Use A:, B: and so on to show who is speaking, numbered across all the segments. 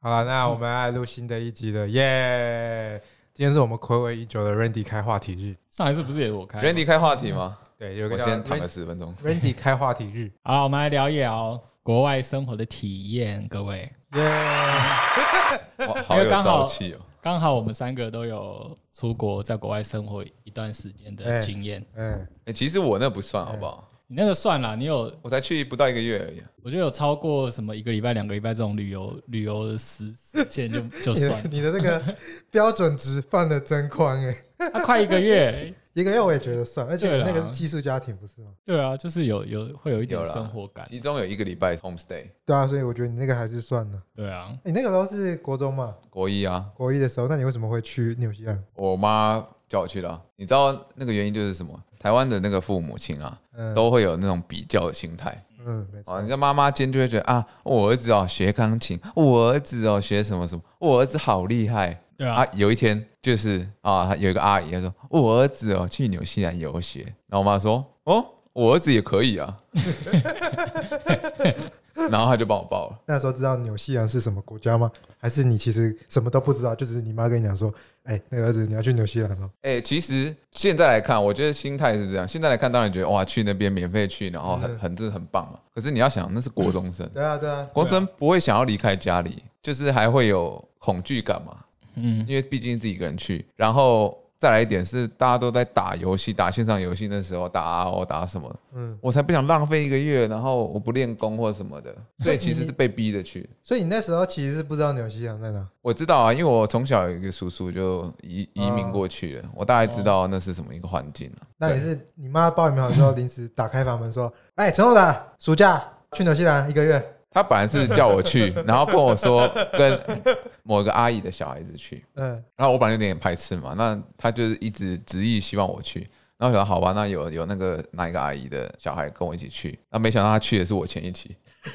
A: 好了，那我
B: 嗯
A: 们来录新的一集了，耶！今天是我们暌违已久的 Randy 开话题日，
C: 上一次不是也是我开的
D: Randy 开话题
B: 嗯
D: 吗？
A: 对，有一
D: 我
A: 个叫
D: 先躺
A: Ran-
D: 个十分钟。
A: Randy 开话题日，
C: 好，我们来聊一聊国外生活的体验，各位。
A: 耶！哎
D: 哇，
C: 因
D: 好
C: 为
D: 有
C: 刚好
D: 朝气哦！
C: 刚好我们三个都有出国，在国外生活一段时间
A: 哎
C: 的经验。
A: 嗯，
D: 哎，其实我那不算，好不好？
C: 你那个算了，你有，
D: 我才去不到一个月而已。啊
C: 我觉得有超过什么一个礼拜、两个礼拜这种旅游旅游的时时间 就就
B: 你
C: 算
B: 的
C: 了。
B: 你的那个标准值放的真宽哎、
C: 啊，快一个 月，
B: 一个月我也觉得算，而且
C: 对
B: 你
D: 啊
C: 啦
B: 那个是寄宿家庭不是吗？
C: 对啊，就是有有会有一点
D: 有啦
C: 生活感，
D: 其中有一个礼拜 homestay，
B: 对啊，所以我觉得你那个还是算了。
C: 对啊，
B: 你那个时候是国中嘛，
D: 国一啊，
B: 国一的时候，那你为什么会去纽西兰？
D: 我妈叫我去的啊。你知道那个原因就是什么？台湾的那个父母亲啊，
B: 嗯，
D: 都会有那种比较的心态
B: 嗯，没错
D: 啊。你，的妈妈间就会觉得啊，我儿子哦学钢琴，我儿子哦学什么什么，我儿子好厉害
C: 对
D: 啊
C: 啊，。
D: 有一天就是啊，有一个阿姨她说，我儿子哦去纽西兰游学，然后我妈说，哦，我儿子也可 以啊，然后她就帮我报了。
B: 那时候知道纽西兰是什么国家吗？还是你其实什么都不知道，就只是你妈跟你讲说，哎、那个儿子你要去纽西兰哦。
D: 哎、其实现在来看，我觉得心态是这样。现在来看，当然觉得哇，去那边免费去，然后很
B: 嗯
D: 很这很棒嘛。可是你要想，那是国中生，
B: 对啊，对啊，
D: 国中生不会想要离开家里，就是还会有恐惧感嘛，
C: 嗯，
D: 因为毕竟自己一个人去。然后再来一点是，大家都在打游戏，打线上游戏那时候打 RO 打什么，
B: 嗯，
D: 我才不想浪费一个月，然后我不练功或什么的，所以其实是被逼的去。
B: 所以你那时候其实是不知道纽西兰在哪。
D: 我知道啊，因为我从小有一个叔叔就移移民过去了，我大概知道那是什么一个环境啊了、
B: 那你是你妈报名好之后，临时打开房门说，哎、陈浩达，暑假去纽西兰一个月。
D: 他本来是叫我去，然后跟我说跟某个阿姨的小孩子去，
B: 嗯，
D: 然后我本来有点排斥嘛，那他就是一直执意希望我去，然后我想好吧，那有有那个哪一个阿姨的小孩跟我一起去，那没想到他去的是我前一期，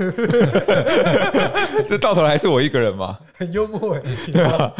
D: 这到头来还是我一个人嘛，
B: 很幽默哎、对啊。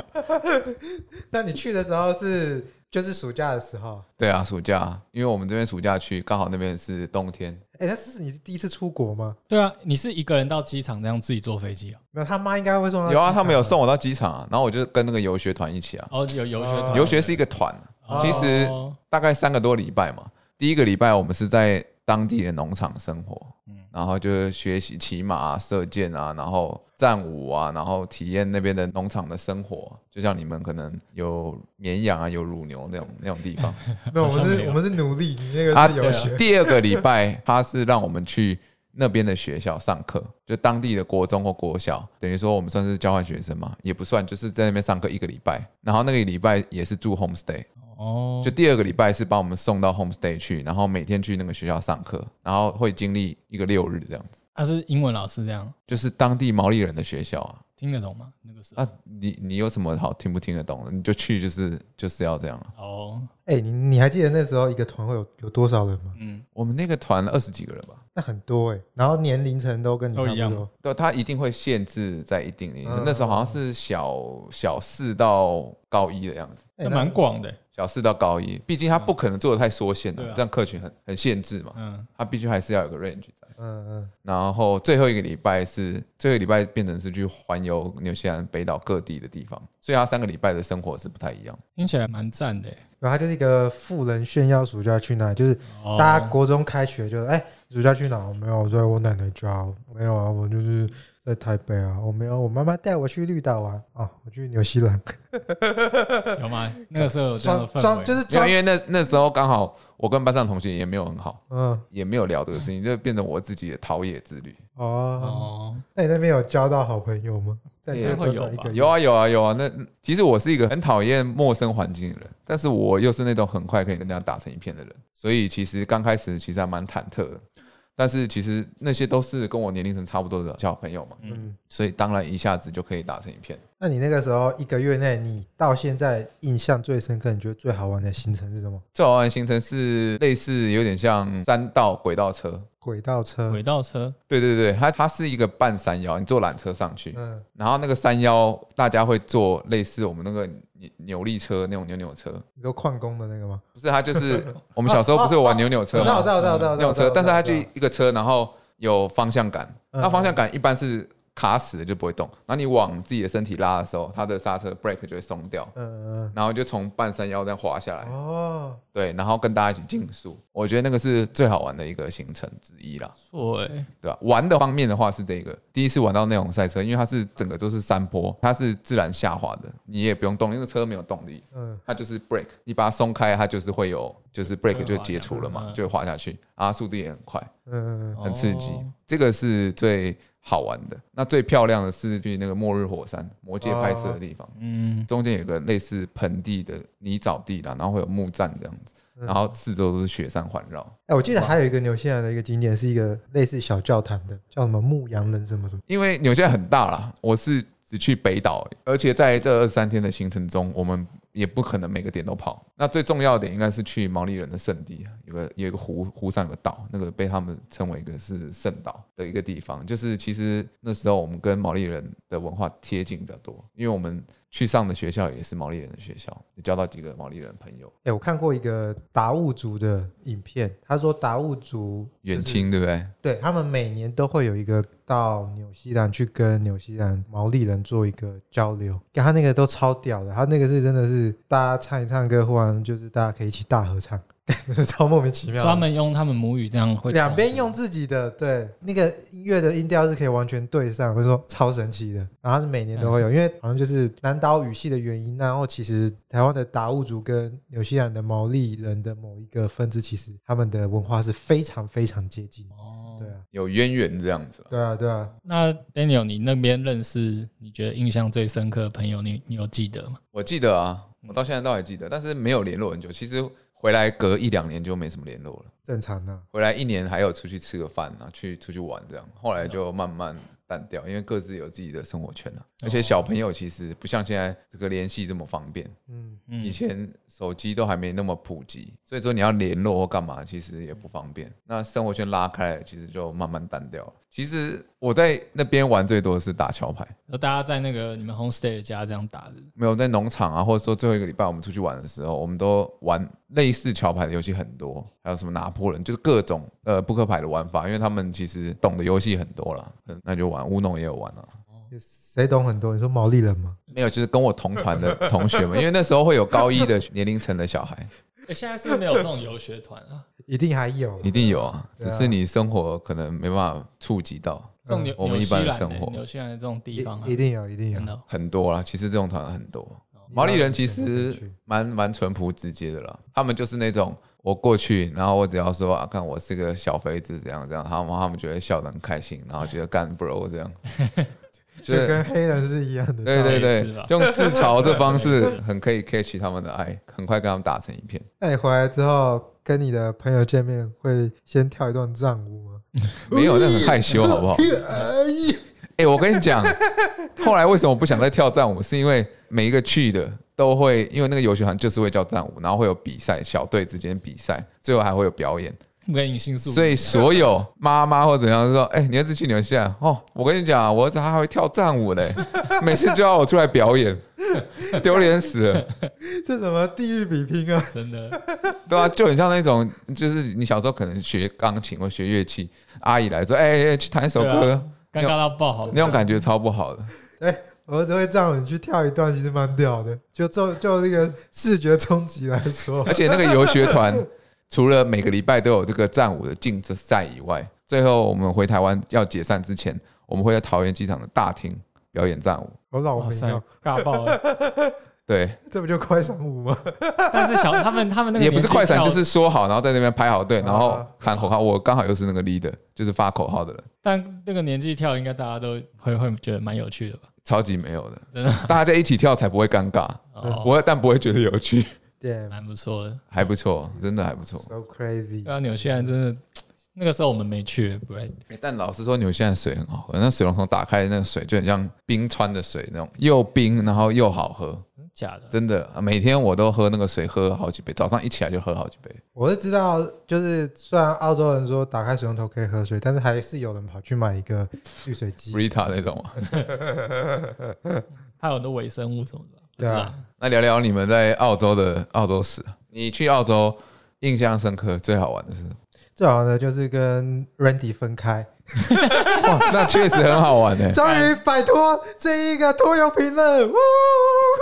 B: 那你去的时候是就是暑假的时候？
D: 对啊，暑假，因为我们这边暑假去，刚好那边是冬天，
B: 哎、那是你是第一次出国吗？
C: 对啊，你是一个人到机场这样自己坐飞机啊？
B: 没有，他妈应该会送
D: 有啊，
B: 机场
D: 他们有送我到机场、啊，然后我就跟那个游学团一起啊，
C: 哦，有游学
B: 哦
C: 团，
D: 游学是一个团，啊
C: 哦，
D: 其实大概三个多礼拜嘛。第一个礼拜我们是在当地的农场生活，
C: 嗯
D: 然后就是学习骑马、啊、射箭啊，然后战舞啊，然后体验那边的农场的生活，就像你们可能有绵羊啊、有乳牛那种那种地方
B: 没有，我
C: 好
B: 们
C: 像没
B: 是
C: 有
B: 我们是奴隶，你那
D: 啊
B: 个是游
C: 对
B: 学。
D: 第二个礼拜，他是让我们去那边的学校上课，就当地的国中或国小，等于说我们算是交换学生嘛，也不算，就是在那边上课一个礼拜，然后那个礼拜也是住 homestay，
C: 哦，
D: 就第二个礼拜是把我们送到 homestay 去，然后每天去那个学校上课，然后会经历一个六日这样子，
C: 他是英文老师这样
D: 就是当地毛利人的学校啊。
C: 听得懂吗？那个时候
D: 啊，你你有什么好听不听得懂的？你就去，就是就是要这样啊。
C: 哦，
B: 哎、你你还记得那时候一个团会有有多少人吗？
C: 嗯，
D: 我们那个团二十几个人吧，
B: 那很多哎、然后年龄层都跟你
C: 都
B: 差
C: 一样
B: 不多。
D: 对，他一定会限制在一定的。
B: 嗯
D: 那时候好像是小小四到高一的样子，
B: 哎
C: 那蛮广的，
D: 小四到高一，毕竟
B: 嗯
D: 他不可能做的太缩限了、
C: 对啊
D: 这样客群很很限制嘛，
C: 嗯，
D: 他必须还是要有个 range 在。
B: 那嗯嗯，
D: 然后最后一个礼拜是最后一个礼拜变成是去环游纽西兰北岛各地的地方，所以他三个礼拜的生活是不太一样。
C: 听起来蛮赞的耶。
B: 然后他就是一个富人炫耀暑假去哪里，就是
C: 哦
B: 大家国中开学就是哎、暑假去哪？我没有，我在我奶奶家。我没有啊，我就是在台北啊。我没有，我妈妈带我去绿岛玩啊，我去纽西兰。
C: 有吗？那个时候有这样的
B: 装
C: 氛
B: 装
C: 围，
B: 就是
D: 没有，
B: 装
D: 因，为那那时候刚好我跟班上同学也没有很好，
B: 嗯，
D: 也没有聊这个事情，就变成我自己的陶冶之旅。
B: 哦，
C: 哦，
B: 那你那边有交到好朋友吗？在
D: 也
B: 那
C: 会有吧
B: 一个
D: 有啊有啊有啊，那其实我是一个很讨厌陌生环境的人，但是我又是那种很快可以跟人家打成一片的人，所以其实刚开始其实还蛮忐忑的。但是其实那些都是跟我年龄层差不多的小朋友嘛，
B: 嗯，
D: 所以当然一下子就可以打成一片。
B: 那你那个时候一个月内，你到现在印象最深刻，你觉得最好玩的行程是什么？
D: 最好玩的行程是类似有点像山道轨道车，
B: 轨道车，
C: 哦轨道车，
D: 对对对，它它是一个半山腰，你坐缆车上去，
B: 嗯，
D: 然后那个山腰大家会坐类似我们那个扭扭力车那种扭扭车，
B: 你说矿工的那个吗？
D: 不是它就是我们小时候不是有玩扭扭
B: 我
D: 车
B: 知道，我啊
D: 吗
B: 知？道，我知道，我知道，
D: 扭
B: 我知道
D: 车，但是它就
B: 我知道
D: 一个车，然后有方向感，
B: 嗯
D: 那方向感一般是卡死了就不会动。然后你往自己的身体拉的时候，它的刹车 brake 就会松掉，
B: 嗯嗯
D: 然后就从半山腰这样滑下来
B: 嗯，。哦，
D: 对，然后跟大家一起竞速，我觉得那个是最好玩的一个行程之一啦，
C: 对，
D: 对吧？玩的方面的话是这个，第一次玩到那种赛车，因为它是整个都是山坡，它是自然下滑的，你也不用动，因为车没有动力，
B: 嗯，
D: 它就是 break，你把它松开，它就是会有，就是 break
C: 会
D: 就
C: 滑
D: 解
C: 下
D: 除了嘛，
C: 嗯
D: 就会滑下去，啊，速度也很快，
B: 嗯
D: 很刺激
C: 哦，
D: 这个是最好玩的。那最漂亮的是去那个末日火山魔界拍摄的地方，
C: 嗯，
D: 中间有个类似盆地的泥沼地啦，然后会有木栈这样子，
B: 嗯
D: 然后四周都是雪山环绕。
B: 哎、我记得还有一个纽西兰的一个景点，是一个类似小教堂的，叫什么牧羊人什么什么。
D: 因为纽西兰很大啦，我是只去北岛，而且在这二三天的行程中，我们也不可能每个点都跑。那最重要的点应该是去毛利人的圣地，有个有一个湖，湖上有个岛，那个被他们称为一个是圣岛的一个地方。就是其实那时候我们跟毛利人的文化贴近比较多，因为我们去上的学校也是毛利人的学校，也交到几个毛利人朋友，
B: 哎、我看过一个达悟族的影片，他说达悟族
D: 远
B: 就是
D: 亲对不对？
B: 对他们每年都会有一个到纽西兰去跟纽西兰毛利人做一个交流，干他那个都超屌的，他那个是真的是大家唱一唱歌，忽然就是大家可以一起大合唱， 干超莫名其妙的。
C: 专门用他们母语这样会
B: 两边用自己的，对那个音乐的音调是可以完全对上，我就说超神奇的。然后它是每年都会
C: 嗯
B: 有，因为好像就是南岛语系的原因，然后其实台湾的达悟族跟纽西兰的毛利人的某一个分支，其实他们的文化是非常非常接近的。
C: 哦
B: 对。啊，
D: 有渊源这样子吧。
B: 对啊，对啊，
C: 那 Daniel，你那边认识你觉得印象最深刻的朋友，你你有记得吗？
D: 我记得啊，
C: 嗯
D: 我到现在都还记得，但是没有联络很久。其实回来隔一两年就没什么联络了。
B: 正常的、啊
D: 回来一年还有出去吃个饭啊，去出去玩这样，后来就慢慢淡掉，因为各自有自己的生活圈了、
C: 哦
D: 而且小朋友其实不像现在这个联系这么方便，
B: 嗯，
C: 嗯
D: 以前手机都还没那么普及，所以说你要联络或干嘛，其实也不方便。那生活圈拉开了，其实就慢慢淡掉了。其实我在那边玩最多的是打桥牌，
C: 那大家在那个你们 homestay 的家这样打 的，
D: 没有在农场啊，或者说最后一个礼拜我们出去玩的时候，我们都玩类似桥牌的游戏很多，还有什么拿破仑，就是各种呃扑克牌的玩法，因为他们其实懂的游戏很多啦，嗯那就玩乌弄也有玩啊。
B: 谁懂很多？你说毛利人吗？
D: 没有，就是跟我同团的同学们，因为那时候会有高一的年龄层的小孩，
C: 欸现在是没有这种游学团
D: 嗯
C: 啊，
B: 一定还有
D: 一定有啊，
B: 对
D: 只
B: 啊
D: 是你生活可能没办法触及到
C: 这种纽
D: 我们
C: 纽
D: 一
C: 西
D: 般的
C: 兰的
D: 生活
C: 纽西兰的这种地方啊，
B: 一一定有，一定有
C: 真。的哦
D: 很多啦。其实这种团很多，
B: 哦
D: 毛利人其实蛮蛮淳朴直接的啦，他们就是那种我过去，然后我只要说啊，看我是个小肥子怎样怎样，他们他们觉得笑得很开心，然后觉得干 bro 这样， 就
B: 就是跟黑人是一啊样的。
D: 对对
C: 类似吧
D: 对，用自嘲这方式很可以 catch 他们的爱，很快跟他们打成一片。
B: 那你回来之后跟你的朋友见面，会先跳一段藏舞吗？
D: 没有，那很害羞，好不好？
C: 哎
D: 哎、我跟你讲，后来为什么不想再跳战舞，是因为每一个去的都会，因为那个游学团就是会叫战舞，然后会有比赛，小队之间比赛，最后还会有表演。
C: 跟银杏树一样，
D: 所以所有妈妈或怎样说，哎、你儿子去纽西兰哦，我跟你讲啊，我儿子他还会跳战 舞嘞，每次就要我出来表演，丢脸死了，
B: 这什么地狱比拼啊？
C: 真的
D: 对吧、就很像那种，就是你小时候可能学钢琴或学乐器，阿姨来说，哎、哎去弹一首
C: 对啊
D: 歌，
C: 尴尬到爆好，
D: 那种感觉超不好的。
B: 我儿子会藏舞，你去跳一段，其实蛮屌的。就就就那个视觉冲击来 说，
D: 而且那个游学团除了每个礼拜都有这个战舞的竞赛以外，最后我们回台湾要解散之前，我们会在桃园机场的大厅表演战舞。
B: 好老
C: 哇
B: 民
C: 塞
B: 哦，，
C: 尬爆了！
D: 对，
B: 这不就快闪舞吗？
C: 但是小他们他们那个
D: 也不是
C: 年纪
D: 快闪，
C: 跳
D: 就是说好，然后在那边排好队，
B: 啊
D: 然后喊口号。我刚好又是那个 leader，就是发口号的人，
C: 但那个年纪跳，应该大家都会会觉得蛮有趣的吧？
D: 超级没有的，
C: 真的
D: 大家在一起跳才不会尴尬，
C: 哦，
D: 嗯我但不会觉得有趣，
B: 对
C: 蛮不错的。
D: 还不错，真的还不错。
B: ，so crazy
C: 对。啊，纽西兰真的，那个时候我们没去，不然
D: 欸但老实说，纽西兰水很好喝，那水龙头打开那个水就很像冰川的水那种，又冰然后又好喝，
C: 真的假的。
D: 真的，啊每天我都喝那个水，喝好几杯，早上一起来就喝好几杯。
B: 我是知道，就是虽然澳洲人说打开水龙头可以喝水，但是还是有人跑去买一个滤水机。
D: Rita 那种嘛。
C: 还有很多微生物什么的，不
B: 对
C: 知
B: 啊
C: 道。
D: 那聊聊你们在澳洲的澳洲史，你去澳洲印象深刻、最好玩的是什么？
B: 最好玩的就是跟 Randy 分开，
D: 哇，那确实很好玩呢、欸
B: 终于摆脱这一个拖油瓶了，呜，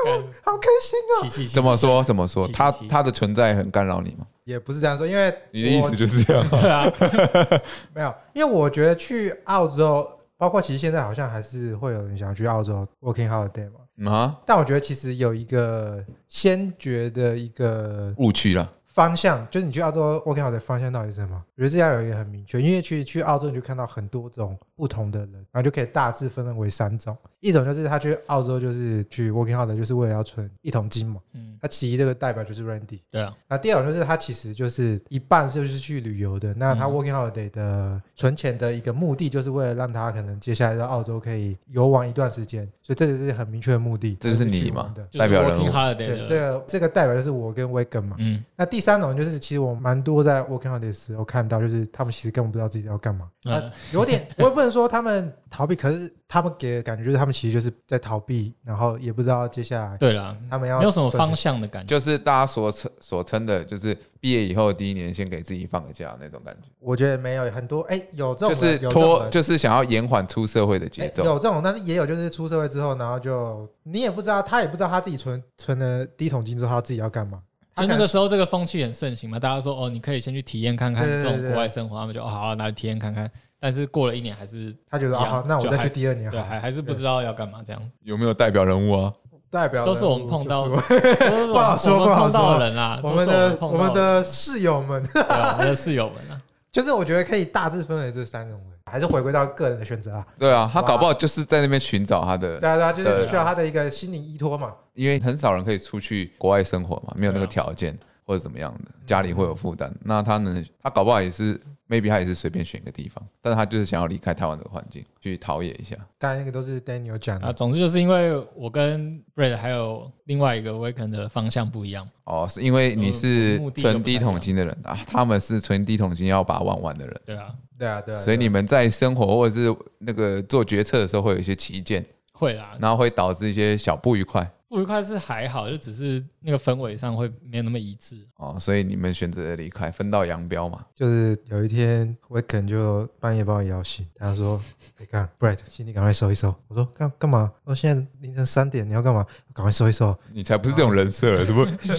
C: 干
B: 好开心哦！
C: 奇迹
D: 怎么？说？怎么说？
C: 是
D: 他
C: 是
D: 他的存在很干扰你吗？
B: 也不是这样说，因为
D: 你的意
B: 我
D: 思就是这样吗？
C: 对啊，
B: 没有，因为我觉得去澳洲，包括其实现在好像还是会有人想要去澳洲 working holiday 嘛。
D: 嗯 啊，
B: 但我觉得其实有一个先决的一个
D: 误区了。
B: 方向，就是你去澳洲 working holiday 方向到底是什么？我觉得这要有一个很明确，因为去去澳洲你就看到很多种不同的人，然后就可以大致分为三种。一种就是他去澳洲就是去 working holiday，就是为了要存一桶金嘛。
C: 嗯，
B: 那其一这个代表就是 Randy，
C: 对啊，
B: 那第二种就是他其实就是一半就是去旅游的，那他
C: 嗯
B: working holiday 的存钱的一个目的，就是为了让他可能接下来到澳洲可以游玩一段时间，所以这就是很明确的目的。
D: 这就
B: 去
D: 是你
B: 玩
D: 嘛
B: 的。
C: 就是
D: 代表人
C: working
D: 物
C: holiday
B: 对，
C: 的，
B: 这个这个代表就是我跟 Wagon 嘛。
C: 嗯，
B: 那第三种就是，其实我蛮多在 working holiday 的时候看到，就是他们其实根本不知道自己要干嘛。
C: 嗯
B: 啊，有点，我也不能说他们逃避，可是他们给的感觉就是他们其实就是在逃避，然后也不知道接下来
C: 对啦，
B: 他们要
C: 没有什么
B: 存
C: 方向的感觉，
D: 就是大家所称所称的，就是毕业以后第一年先给自己放个假那种感觉，
B: 我觉得没有很多，哎、有这种
D: 就
B: 人
D: 是
B: 有这种
D: 拖，
B: 人
D: 就是想要延缓出社会的节
B: 欸
D: 奏。
B: 有这种，但是也有就是出社会之后，然后就你也不知道，他也不知道他自己存存了第一桶金之后，他自己要干嘛。他
C: 就
B: 可
C: 那个
B: 能
C: 时候这个风气很盛行嘛，大家说哦，你可以先去体验看看
B: 对对
C: 这种
B: 对
C: 国外生活，他们就哦好啊，拿去体验看看。但是过了一年还是
B: 他觉得
C: 一
B: 啊，
C: 样
B: 好，那我
C: 就
B: 再
C: 还
B: 去第二年好
C: 对，啊
B: 了，
C: 还还是不知道要干嘛这样。
D: 有没有代表人物啊？
B: 代表
C: 都是
B: 人
C: 我
B: 物
C: 们碰
B: 就
C: 到
B: 是我
C: 不
B: 不好说不好
C: 碰到
B: 说
C: 的人啦，
B: 我
C: 都是
B: 们的
C: 碰
B: 我们
C: 到的
B: 的室友们，
C: 人对啊我们的室友们啊，
B: 就是我觉得可以大致分为这三种人，还是回归到个人的选择啊。
D: 对啊，他
B: 哇
D: 搞不好就是在那边寻找他
B: 对
D: 的，
B: 啊，对啊，就
D: 对
B: 是
D: 啊
B: 需要他的一个心灵依托嘛。
D: 因为很少人可以出去国外生活嘛，没有那个
C: 对啊
D: 条件或者怎么样的，家里会有负担。那他能，他搞不好也是，maybe 他也是随便选一个地方，但是他就是想要离开台湾的环境，去陶冶一下。
B: 刚才那个都是 Daniel 讲
C: 啊，
B: 的，
C: 总之就是因为我跟 Brad 还有另外一个 Waken 的方向不一样，
D: 哦，是因为你是
C: 目的就不太一样
D: 存低桶金的人啊，他们是存低桶金要把它玩完的人，
C: 对啊，
B: 对啊，对啊，
D: 所以你们在生活或者是那个做决策的时候会有一些歧见，
C: 会啦。
D: 然后会导致一些小不愉快
C: 不愉快是还好，就只是那个氛围上会没有那么一致。
D: 哦，所以你们选择了离开，分道扬镳嘛。
B: 就是有一天，我可能就半夜把我摇醒，他说：“ 哎你、看，Bright，行李赶快收一收。”我说：“干干嘛？”我说：“现在凌晨三点，你要干嘛？赶快收一收。
D: 你才不是这种人设了，怎么你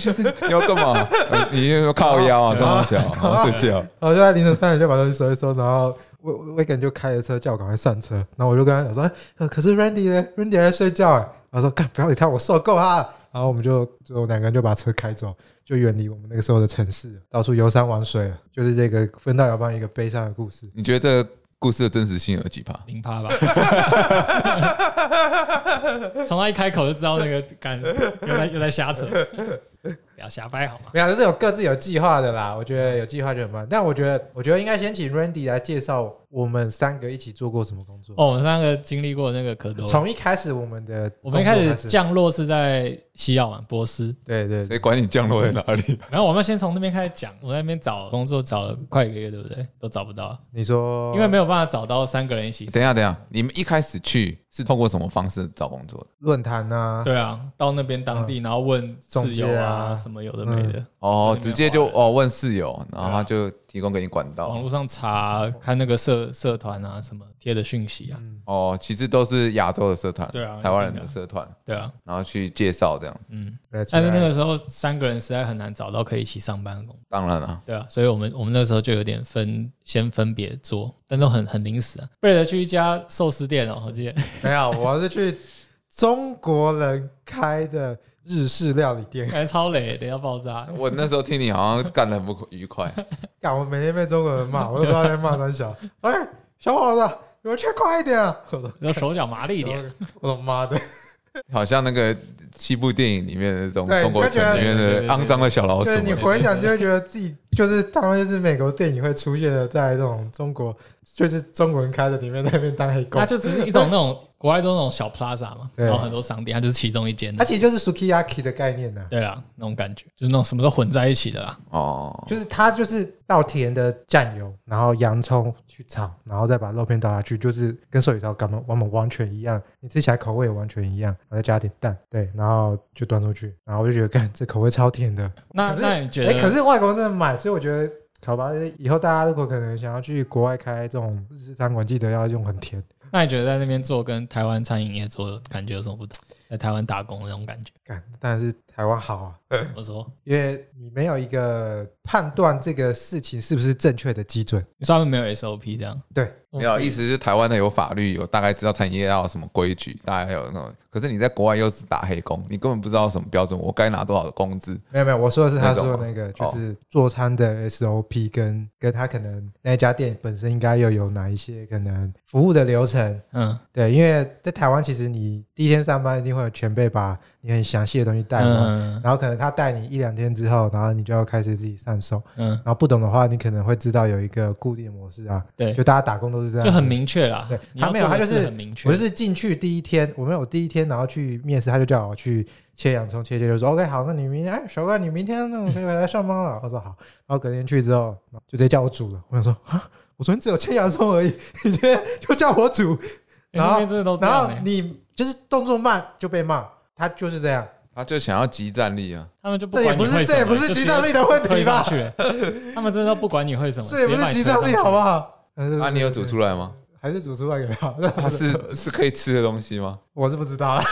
D: 要干嘛？呃你要靠腰啊，这么小，然后睡觉。”
B: 然后我就在凌晨三点就把东西收一收，然后我我可能就开着车叫我赶快上车。然后我就跟他讲说哎：“呃，可是 Randy 呢？Randy 还在睡觉。”哎，他说：“干，不要理他，我受够他了。”然后我们就就两个人就把车开走，就远离我们那个时候的城市，到处游山玩水了。就是这个分道扬镳一个悲伤的故事。
D: 你觉得这个故事的真实性有几趴？
C: 零趴吧。 从他一开口就知道那个感，又在又在瞎扯，不要瞎掰好吗？
B: 没有，就是有各自有计划的啦。我觉得有计划就很棒，但我觉得，我觉得应该先请 Randy 来介绍我们三个一起做过什么工作。
C: 哦，我们三个经历过那个可多，
B: 从一开始我们的
C: 我们一开
B: 工
C: 始
B: 作
C: 降落是在西澳嘛，波斯。
B: 对对对
D: 谁管你降落在哪里？
C: 然后我们要先从那边开始讲，我在那边找工作找了快一个月，对不对？都找不到，
B: 你说
C: 因为没有办法找到三个人一起。
D: 等一下，等一下，你们一开始去是通过什么方式找工作的？
B: 论坛啊，
C: 对啊，到那边当地，然后问室友
B: 嗯中介
C: 啊
B: 啊
C: 什么有的没的，
D: 哦，
C: 那你们
D: 直接就
C: 后来
D: 哦问室友，然后
C: 对啊
D: 他就提供给你管
C: 网
D: 道。
C: 络上查看那个社社团啊什么贴的讯息啊，
B: 嗯，
D: 哦，其实都是亚洲的社团，
C: 对啊
D: 台湾人
C: 一
D: 的
C: 定
D: 社团，
C: 对
B: 嗯
C: 啊，
D: 然后去介绍这样。
C: 嗯。
B: 对
C: 但是那个时候三个人实在很难找到可以一起上班的工作，
D: 当 然了，
C: 对啊，所以我们我们那时候就有点分先分别做，但都很很临时啊。为了去一家寿司店哦，我记得
B: 没有，我是去中国人开的日式料理 店，
C: 感觉超累的要爆炸，
D: 我那时候听你好像干得很不愉快。
B: 干我每天被中国人骂，我都不知道在骂三 小。哎，小伙子，你们去快一点啊！我说
C: 然后手脚麻利一点，
B: 我说妈的，
D: 好像那个西部电影里面的那种
B: 对
D: 中国
B: 就觉
D: 城
B: 得
D: 里面
C: 对
D: 的
C: 对对
D: 肮脏的小老鼠
B: 对
D: 们，
B: 你回想就会觉得自己就是他们就是美国电影会出现的，在这种中国就是中国人开的里面在那边当黑工
C: 它，就只是一 种那种国外都那种小 plaza 嘛，
B: 对啊
C: 然后很多商店，它就是其中一间
B: 它
C: 的。
B: 其实就是 sukiyaki 的概念呐、
C: 对啦，那种感觉就是那种什么都混在一起的啦。
D: 哦，
B: 就是它就是稻田的酱油，然后洋葱去炒，然后再把肉片倒下去，就是跟寿喜烧干嘛我们完全一样，你吃起来口味也完全一样，然后再加点蛋，对，然后就端出去，然后我就觉得，干这口味超甜的，
C: 那
B: 可是
C: 那你觉
B: 哎、
C: 得？
B: 可是外国人真的买，所以我觉得好吧，以后大家如果可能想要去国外开这种日式餐馆，记得要用很甜。
C: 那你觉得在那边做跟台湾餐饮业做感觉有什么不同？在台湾打工那种感觉，
B: 干，但是台湾好啊，
C: 我说，
B: 因为你没有一个判断这个事情是不是正确的基准。
C: 你说他们没有 SOP 这样？
B: 对，
D: 没有意思是台湾的有法律，有大概知道餐饮业要有什么规矩，大概有那种。可是你在国外又是打黑工，你根本不知道什么标准，我该拿多少的工资。
B: 没有没有，我说的是他说的那
D: 那
B: 个，就
D: 种哦
B: 是做餐的 SOP 跟跟他可能那家店本身应该又有哪一些可能服务的流程。
C: 嗯，
B: 对，因为在台湾，其实你第一天上班一定会有前辈把你很详细的东西带完，
C: 嗯
B: 然后可能他带你一两天之后，然后你就要开始自己上手。
C: 嗯，
B: 然后不懂的话，你可能会知道有一个固定的模式啊，
C: 对
B: 就大家打工都是这样，
C: 就很。明确啦
B: 对。
C: 你要
B: 他没有
C: 做的
B: 他就是
C: 很明确，
B: 我就是进去第一天，我们有第一天，然后去面试，他就叫我去切洋葱，切切就说 OK，好，那你明天，哎，小哥，你明天那我可以回来上班了。我说好，然后隔天去之后，就直接叫我煮了。我想说啊，我昨天只有切洋葱而已， 你直接就叫我煮，
C: 欸
B: 然后
C: 那边真的都这
B: 然
C: 样
B: 后
C: 欸，
B: 你就是动作慢就被骂，他就是这样。
D: 他就想要集战力啊，
C: 他们就不
B: 这也
C: 管
B: 不
C: 你会
B: 是
C: 什么
B: 这也不是
C: 就直
B: 集
C: 接
B: 战力的问题
C: 推上
B: 吧？
C: 去了，他们真的都不管你会什么，
B: 这也不是集战力，好不
C: 吧？
B: 好？
D: 那、
B: 啊
D: 你有煮出来吗？
B: 还是煮出来给他？
D: 它是是可以吃的东西吗？
B: 我是不知道啦。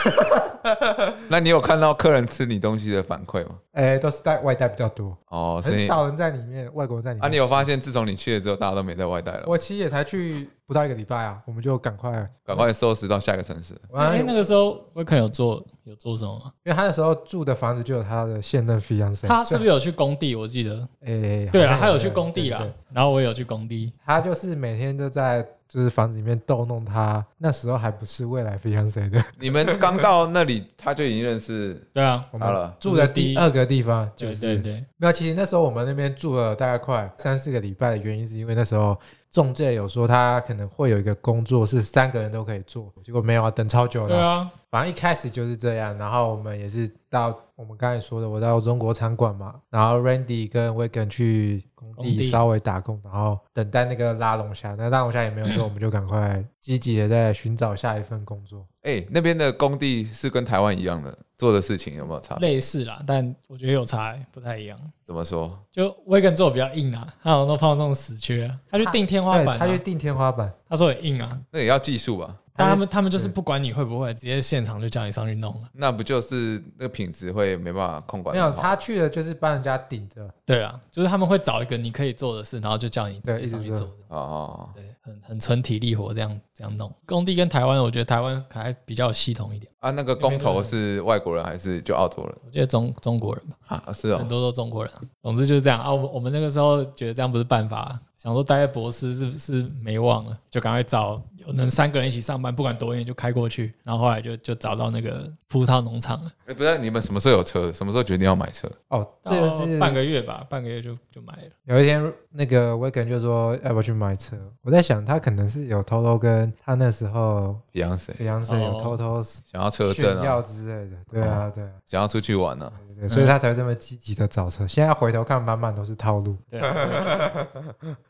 D: 那你有看到客人吃你东西的反馈吗？
B: 哎，都是带外带比较多，
D: 哦，所
B: 很
D: 以
B: 少人在里面，外国人在里面。
D: 啊，你有发现自从你去了之后，大家都没在外带了，
B: 我其实也才去不到一个礼拜啊，我们就赶快。
D: 赶快收拾到下个城市。
B: 我
C: 哎、
B: 刚
C: 那个时候我可能有做有做什么吗？
B: 因为他那时候住的房子就有他的现任 fiance，
C: 他是不是有去工地？我记得，
B: 哎，
C: 对了，
B: 好像
C: 他有去工
B: 对
C: 地啦
B: 对对，
C: 然后我也有去工地，
B: 他就是每天都在就是房子里面逗弄他，那时候还不是未来 fiance 的，
D: 你们刚到那里，他就已经认识
C: 对啊，
B: 我
D: 他
B: 们
D: 了。
B: 住的第二个地方就
C: 对
B: 是
C: 对对，
B: 没有，其实那时候我们那边住了大概快三四个礼拜的原因，是因为那时候中介有说他可能会有一个工作是三个人都可以做，结果没有啊，等超久
C: 对
B: 了。
C: 啊，
B: 反正一开始就是这样，然后我们也是到我们刚才说的，我到中国餐馆嘛，然后 Randy 跟 Wigan 去工
C: 工
B: 地
C: 地
B: 稍微打工，然后等待那个拉龙虾，那拉龙虾也没有做，我们就赶快积极的在寻找下一份工作。
D: 哎、那边的工地是跟台湾一样的，做的事情有没有差？
C: 类似啦，但我觉得有差、欸，不太一样。
D: 怎么说？
C: 就 Vegan 做得比较硬啊，他好像都碰到这种死缺、啊，他去定天花
B: 对，
C: 板、啊，
B: 他去定天花板，
C: 他说很硬啊，
D: 那也要技术吧？
C: 但
B: 他
C: 他
B: 去
C: 们他们就是不管你会不会，直接现场就叫你上去弄了。
D: 那不就是那个品质会没办法控管
B: 没
D: 得好？
B: 有他去了就是帮人家顶着，
C: 对啊，就是他们会找一个你可以做的事，然后就叫你直
B: 对
C: 接上去
B: 一直
C: 做
B: 做
C: 的。
D: 哦，
C: 对，很很纯体力活，这样这样弄。工地跟台湾，我觉得台湾还比较有系统一点。
D: 啊，那个工头是外国人还是就澳洲人
C: 我觉得中中国人吧，
D: 啊？是
C: 很
D: 哦，
C: 多都中国人啊、总之就是这样啊。我们我们那个时候觉得这样不是办法啊、想说待在博斯是不是没望了，就赶快找有能三个人一起上班，不管多远就开过去。然后后来就就找到那个葡萄农场了，
D: 哎，不是，你们什么时候有车？什么时候决定要买车？
B: 哦，这
C: 然
B: 个
C: 后
B: 是
C: 半个月吧，半个月就就买了。
B: 有一天，那个 w i g a n 就说要不要去买车。我在想，他可能是有偷偷跟他那时候
D: 一样谁？
B: 菲扬生有偷
C: 哦
B: 偷炫
D: 想要车证
B: 耀
D: 啊，哦
B: 之类的。对啊，对啊，
D: 想要出去玩啊。
B: 对对对，所以他才会这么积极的找车。现在回头看，满满都是套路，
C: 对啊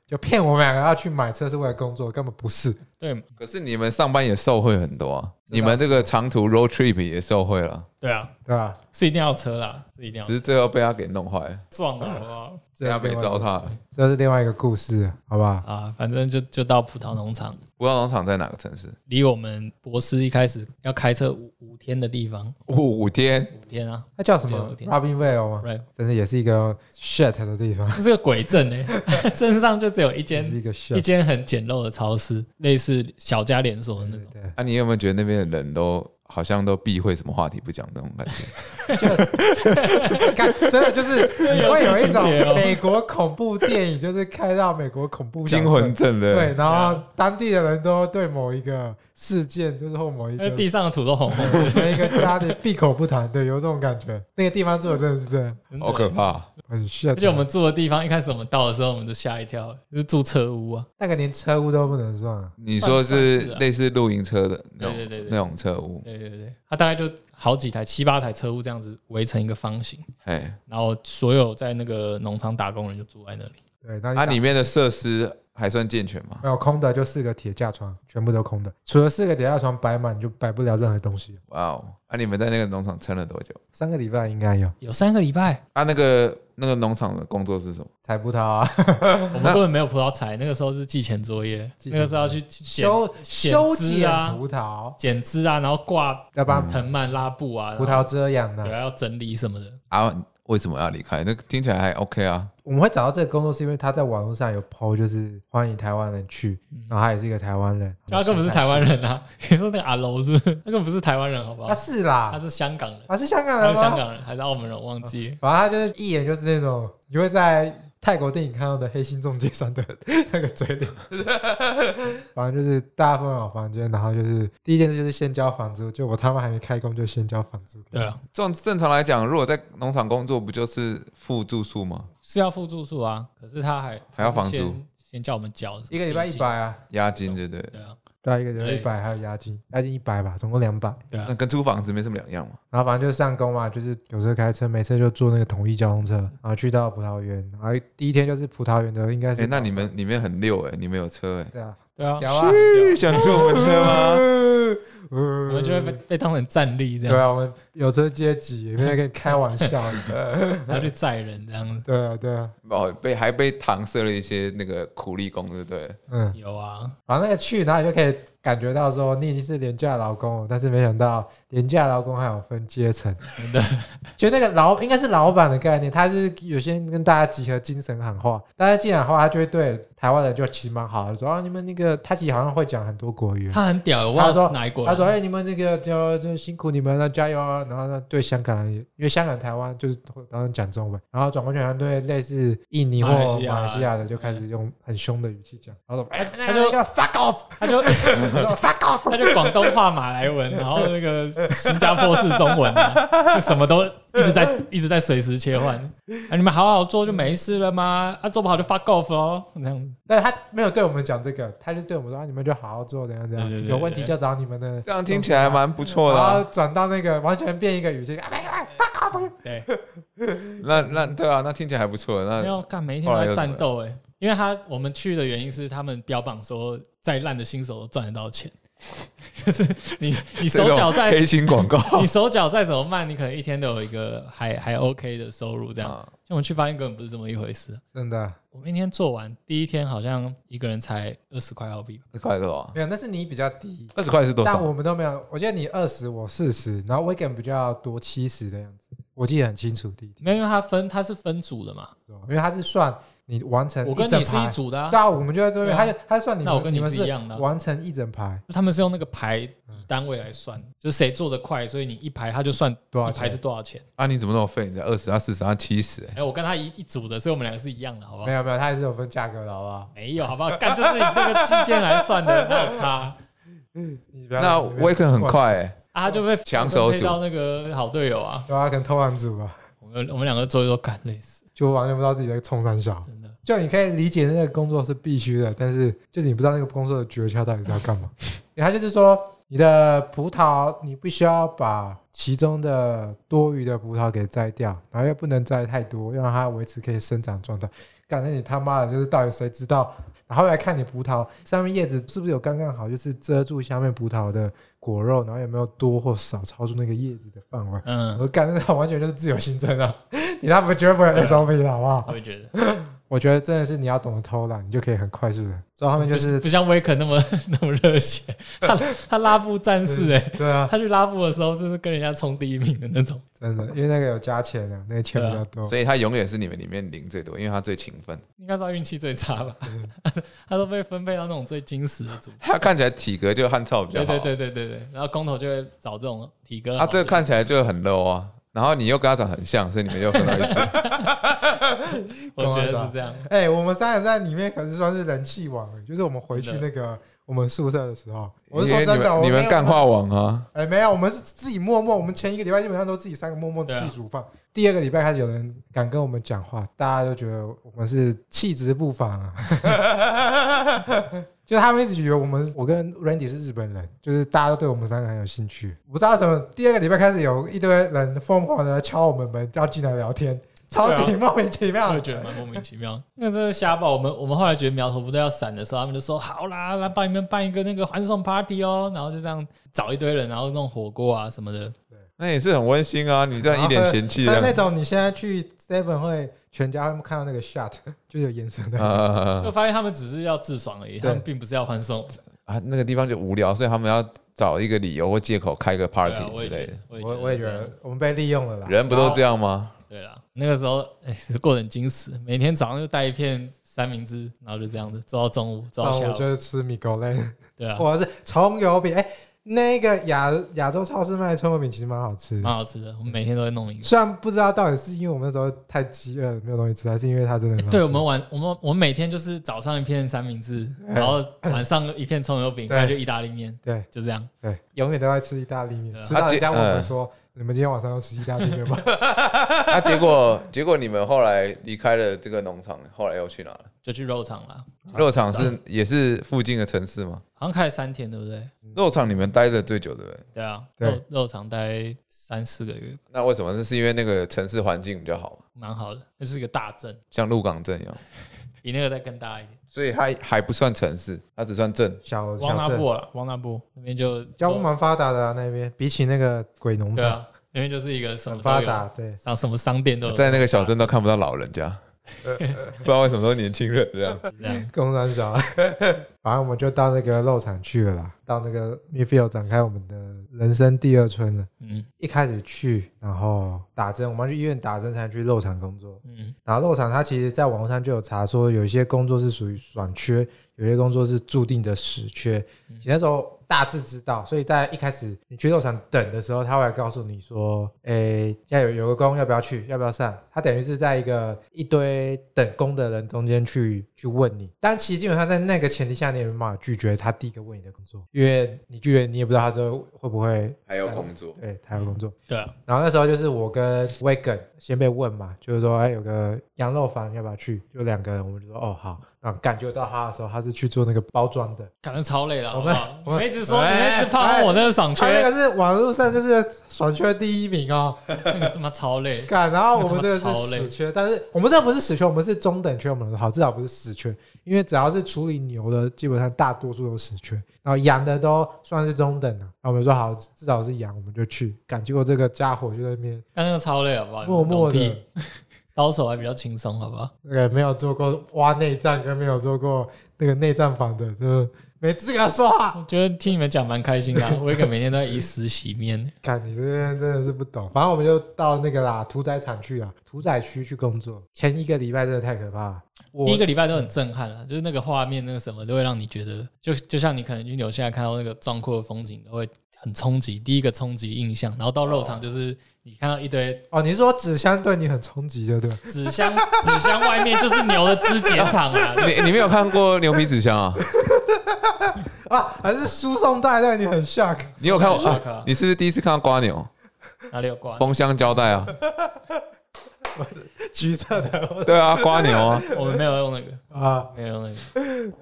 B: 就骗我们两个要去买车是为了工作，根本不是。
C: 对对
D: 可是你们上班也受惠很多啊，
B: 是啊
D: 你们这个长途 road trip 也受惠了，
C: 对啊，
B: 对吧？
C: 是一定要车啦，是一定要
D: 只是最后被他给弄坏了，
C: 撞了好不好？
B: 这
D: 被他
B: 是
D: 给
B: 另外一
D: 糟
B: 个，
D: 蹋了。
B: 这是另外一个故事，好不好？
C: 啊，反正就就到葡萄农场，
D: 葡萄农场在哪个城市？
C: 离我们博斯一开始要开车五五天的地方，
D: 五天，
C: 五天啊
B: 那叫什
C: 这个
B: 么
C: 有点
B: ？Robin Vale 吗？
C: ，right，
B: 真的也是一个 shit 的地 方，
C: 这是个鬼镇哎、 镇上就只有一
B: 也
C: 间
B: 是一个
C: 一
B: shit。
C: 间很简陋的超市，类似小家连锁的那
B: 对
C: 种。
B: 对，
D: 啊，你有没有觉得那边的人都好像都避讳什么话题不讲那种感觉？
B: 对看，真的 就是你会有一
C: 有些情节哦
B: 种美国恐怖电影，就是开到美国恐怖小镇
D: 惊魂症的，
B: 对，然后当地的人都对某一个事件，就是或某一
C: 那
B: 个
C: 哎 地上的土都红红 的，
B: 某一个家里闭口不谈，对，有这种感觉。那个地方住的真的是这样，
C: 真的
D: 好可怕。
B: 很炫。
C: 而且我们住的地方，一开始我们到的时候，我们就吓一跳，就是住车屋啊。
B: 那个连车屋都不能算啊，
D: 你说是
C: 算是啊
D: 类似露营车的那
C: 对对
D: 种
C: 对对
D: 那种车屋？
C: 对对对，它大概就好几台、七八台车屋这样子围成一个方形，
D: 哎，
C: 然后所有在那个农场打工人就住在那里。
B: 对，那
D: 啊它里面的设施还算健全吗？
B: 没有空的就四个铁架床，全部都空的，除了四个铁架床摆满，你就摆不了任何东西。
D: 哇哦！啊，你们在那个农场撑了多久？
B: 三个礼拜应该有，
C: 有三个礼拜，
D: 啊，那个那个农场的工作是什么？
B: 采葡萄啊，
C: 我们根本没有葡萄采，那个时候是季前作业，
B: 季前
C: 那个时候要去去 剪
B: 修
C: 剪
B: 修
C: 枝
B: 剪
C: 啊
B: 葡萄，
C: 剪枝啊，然后挂
B: 要把
C: 藤蔓拉布啊，
B: 葡萄遮阳
C: 然后
B: 呢
C: 对。啊要整理什么的。
D: 啊，为什么要离开？那听起来还 OK 啊。
B: 我们会找到这个工作，是因为他在网络上有 PO，就是欢迎台湾人去，然后他也是一个台湾人，
C: 嗯他根本不是台湾人啊！你说那个阿楼是不是，他根本不是台湾人，好不好
B: 啊，？是
C: 哦他
B: 啦，
C: 是香港人，
B: 啊是香港
C: 他
B: 人
C: 是香
B: 吗？嗯
C: 港人还是澳门人？我忘记了。
B: 反正他就是一眼就是那种你会在泰国电影看到的黑心中介上的那个嘴 脸，反正就是大家分好房间，然后就是第一件事就是先交房租，就我他妈还没开工就先交房租，
C: 对，啊，
D: 这种正常来讲，如果在农场工作，不就是付住宿吗？
C: 是要付住宿啊，可是他还
D: 还要房租
C: 先，先叫我们交
B: 一个礼拜一百。啊，
D: 押金对不对？
C: 对啊，
B: 对啊，一个礼拜
C: 对
B: 一百，还有押金，押金一百吧，总共两百。
C: 对
D: 那
C: 啊，
D: 跟租房子没什么两样嘛。
B: 然后反正就上工嘛，就是有时候开车，没车就坐那个统一交通车，然后去到葡萄园，然后第一天就是葡萄园的，应该
D: 哎、
B: 是
D: 那你们你们很溜哎、你们有车哎、
B: 对啊，
C: 对啊，
B: 屌啊
D: 是想坐我们车 吗？
C: 我
B: 我
C: 们就会被被当成战力
B: 嗯
C: 这
B: 对
C: 样，
B: 啊，我们有车阶级，也没在跟你开玩笑 的，
C: 然后去载人这样子。
B: 对啊，对啊，
D: 哦，被还被搪塞了一些那个苦力工，对不对？
B: 嗯，
C: 有啊，
B: 反正那个去，然后你就可以感觉到说你已经是廉价劳工了，但是没想到廉价劳工还有分阶 层，
C: 真的，
B: 就那个老应该是老板的概念，他就是有些人跟大家集合精神喊话，大家进来后，他就会对台湾人就其实蛮好的，说啊你们那个他其实好像会讲很多国语，
C: 他很屌，我
B: 他
C: 忘
B: 说
C: 了是哪一国
B: 他
C: 人。
B: 说哎、你们这个就就辛苦你们了，加油啊！然后呢对香港人也，因为香港台湾就是当然讲中文，然后转过去好像对类似印尼或
C: 马来西亚
B: 马来西亚的就开始用很凶的语气讲，然后说哎
C: 他就
B: 那个 fuck off
C: 他就
B: fuck off，
C: 他就广东话、马来文，然后那个新加坡式中文、啊，就什么都一直在一直在随时切换。啊，你们好好做就没事了吗？啊，做不好就 fuck off 哦，这样
B: 但他没有对我们讲这个，他就对我们说啊你们就好好做，怎样怎样，
C: 对对对
B: 有问题
C: 对
B: 就找你们的。
D: 这样听起来蛮不错的啊、
B: 然后转到那个完全变一个语境，啊，没有
C: 对。
D: 那那对啊，那听起来还不错。
C: 没
D: 那
C: 有干，每一天都在战斗哎、因为他我们去的原因是他们标榜说，再烂的新手都赚得到钱， 就是你你手脚
D: 这种
C: 再
D: 黑心广告
C: 你手脚再怎么慢，你可能一天都有一个还还 OK 的收入这样。
D: 啊，
C: 就我们去发现根本不是这么一回事。
B: 真的
C: 我们那天做完第一天，好像一个人才二十块澳币吧，
D: 二十块是吧？
B: 没有，那是你比较低，
D: 二十块是多
B: 但
D: 少？
B: 我们都没有。我记得你二十，我四十，然后 Weekend 比较多七十的样子，我记得很清楚第一天，
C: 没有，因为他分他是分组的嘛，
B: 因为他是算你完成
C: 我
B: 嗯一
C: 跟
B: 整
C: 你是一
B: 排，
C: 组的、啊
B: 对，啊，我们就在对面，
C: 对啊
B: 他就他算你
C: 那我
B: 们
C: 跟
B: 你
C: 你
B: 们
C: 是一
B: 是嗯
C: 样的啊、
B: 完成一整排
C: 他们是用那个排以单位来算，就是谁做的快，所以你一排他就算
B: 多少
C: 一排是
B: 钱？
C: 多少钱。
D: 啊，你怎么那么废？你才二十，他四十，他七十，欸
C: 哎、我跟他一一组的，所以我们两个是一样的，好不好？
B: 没有没有，他也是有分价格的，好不好？
C: 没有，好不好？干就是你那个计件来算的，那有差
B: 你不要
D: 那
B: 你不要
D: Waken 很快、欸，
C: 啊，他就被
D: 抢手
C: 分配
D: 组
C: 到那个好队友啊。
B: 对啊，可能偷完组吧，
C: 我们我们两个做一做，干累死，
B: 就完全不知道自己在冲三小。
C: 真的。
B: 就你可以理解那个工作是必须的，但是就是你不知道那个工作的诀窍到底是要干嘛。他就是说，你的葡萄你必须要把其中的多余的葡萄给摘掉，然后又不能摘太多，要让它维持可以生长状态。干，那你他妈的就是到底谁知道？然后来看你葡萄上面叶子是不是有刚刚好，就是遮住下面葡萄的果肉，然后有没有多或少超出那个叶子的范围？ 我
C: 嗯，
B: 说干，那完全就是自由新增啊！你他们绝对不会 有 SOP 的好不好？
C: 我也觉得，
B: 我觉得真的是你要懂得偷懒，你就可以很快速的。所以他们就是
C: 不像威肯那么 那么热血，他他拉布战士哎、
B: 对啊，
C: 他去拉布的时候就是跟人家冲第一名的那种。
B: 真的，因为那个有加钱的，那个钱比较多。
D: 啊所以他永远是你们里面零最多，因为他最勤奋。
C: 应该说他运气最差吧， 他都被分配到那种最精实的组。
D: 他看起来体格就汉超比较
C: 对
D: 好，
C: 对对对对对，然后工头就会找这种体格好
D: 他
C: 的。
D: 这个看起来就很 low 啊。然后你又跟他长很像，所以你们又分到一组。
C: 我觉得是这样。
B: 哎、我们三人在里面可是算是人气王，就是我们回去
C: 真的
B: 那个我们宿舍的时候，我是
D: 因
B: 说
D: 为你
B: 真的，我
D: 们你
B: 没
D: 们
B: 有
D: 干话王啊，
B: 哎、没有，我们是自己默默，我们前一个礼拜基本上都自己三个默默
C: 对
B: 自
C: 啊
B: 己煮饭。第二个礼拜开始有人敢跟我们讲话，大家都觉得我们是气质不凡啊。 就他们一直觉得我们，我跟 Randy 是日本人，就是大家都对我们三个很有兴趣。不知道什么，第二个礼拜开始有一堆人疯狂的敲我们门，要进来聊天，超级
C: 对啊
B: 莫名其妙
C: 我
B: 的。
C: 也觉得蛮莫名其妙， 那个真的瞎爆。我们我们后来觉得苗头不对要散的时候，他们就说好啦，来帮你们办一个那个欢送 party 哦，然后就这样找一堆人，然后弄火锅啊什么的。
D: 那也是很温馨啊。你这样一脸嫌弃
B: 呃那那
D: 的，
B: 种你现在去 Seven 会全家会看到那个 shot 就有颜色的
D: 啊。啊啊
C: 就发现他们只是要自爽而已，他们并不是要欢送。
D: 啊，那个地方就无聊，所以他们要找一个理由或借口开个
C: 对啊
D: party
C: 我
D: 之
C: 也觉
D: 类的
C: 得。，
B: 我我也觉
C: 这样
B: 得我们被利用了啦。
D: 人不都这样吗？
C: 对啦，那个时候哎、是过得很矜持，每天早上就带一片三明治，然后就这样子做到中午，做
B: 然
C: 到
B: 后
C: 下
B: 啊我
C: 午，
B: 就是吃米糕类，
C: 对啊，
B: 或者是葱油饼。哎，那个亚亚洲超市卖的葱油饼其实蛮好吃的，
C: 蛮好吃的。我们每天都会弄一个。
B: 虽然不知道到底是因为我们那时候太饥饿没有东西吃，还是因为它真的很好吃
C: 对我们晚我们我们每天就是早上一片三明治，然后晚上一片葱油饼，
B: 哎对
C: 然后就意大利面，
B: 对
C: 就这样。
B: 对，永远都在吃意大利面
C: 对，啊
B: 吃到人家
D: 啊
B: 问
D: 结
B: 我们说你们今天晚上要吃意大利面吗？
D: 啊，结 果结果你们后来离开了这个农场，后来又去哪了？
C: 就去肉场啦，
D: 肉场啊是也是附近的城市吗？
C: 好像开了三天，对不对？
D: 肉场你们待的最久对不对？
C: 对啊，
B: 对
C: 肉肉场待三四个月，
D: 那为什么？这是因为那个城市环境比较好嘛，
C: 蛮好的，那是一个大镇，
D: 像鹿港镇一样，
C: 比那个再更大一点。
D: 所以它还不算城市，它只算镇。
B: 小
C: 汪
B: 小
C: 纳
B: 镇
C: 布啦，汪纳布那边就
B: 交通蛮发达的啊，那边比起那个鬼农
C: 对
B: 场
C: 啊，那边就是一个什么
B: 很
C: 都
B: 发
C: 有
B: 达，，对，
C: 商什么商店都有
D: 在那个小镇都看不到老人家， 不知道为什么都年轻人这样。
C: 这样。
B: 工商小。 反正我们就到那个肉场去了啦，到那个 Midfield 展开我们的人生第二春了。
C: 嗯
B: 一开始去，然后打针，我们要去医院打针才能去肉场工作。
C: 嗯，
B: 然后肉场它其实在网络上就有查说，有一些工作是属于爽缺，有些工作是注定的死缺。其实那时候大致知道，所以在一开始你去肉场等的时候，他会来告诉你说，诶，要有有个工要不要去，要不要上？他等于是在一个一堆等工的人中间去去问你。但其实基本上在那个前提下，你也没办法拒绝他第一个问你的工作，因为你拒绝你也不知道他之后会不会
D: 还有工作，
B: 对他有工作。
C: 对啊，
B: 然后那时候就是我跟 Wagon 先被问嘛，就是说哎有个羊肉房要不要去？就两个人，我们就说哦好。然后感觉到他的时候，他是去做那个包装的，
C: 感觉超累了，好
B: 我
C: 不
B: 们
C: 好？
B: 我
C: 你
B: 们
C: 们一直说，你
B: 哎
C: 们一直怕我那个爽
B: 他那
C: 缺，
B: 个是网络上就是爽缺第一名哦，
C: 那 个他妈超累。
B: 干。然后我们
C: 那
B: 这个
C: 个他妈
B: 是
C: 超累
B: 死缺，但是我们这个不是死缺，我们是中等缺，我们好至少不是死缺，因为只要是处理牛的，基本上大多数都是死缺，然后羊的都算是中等的、然后我们说好，至少是羊，我们就去干。结果这个家伙就在那边
C: 但那个超累，好不好？
B: 默默
C: 你
B: 的
C: 们。懂屁刀手还比较轻松，好不好？
B: 那个没有做过挖内脏跟没有做过那个内脏房的，就是没资格说话。
C: 我觉得听你们讲蛮开心的啊，我一个每天都在以死洗面。
B: 看你这边真的是不懂，反正我们就到那个啦屠宰场去啊，屠宰区去工作。前一个礼拜真的太可怕了，我
C: 第一个礼拜都很震撼了，就是那个画面，那个什么都会让你觉得，就就像你可能去纽西兰看到那个壮阔的风景，都会很冲击。第一个冲击印象，然后到肉场就是你看到一堆
B: 哦，你是说纸箱对你很冲击，对不对？
C: 纸箱，纸箱外面就是牛的肢解场啊，
D: 你你没有看过牛皮纸箱 啊？
B: 啊，还是输送带对你很 shock？
D: 你有看过、
C: 我有看啊
D: 啊？你是不是第一次看到瓜牛
C: 哪里有瓜？
D: 封箱胶带啊？
B: 橘色的
D: 对啊，瓜牛啊，
C: 我们没有用那个，
B: 啊，
C: 没有用那个。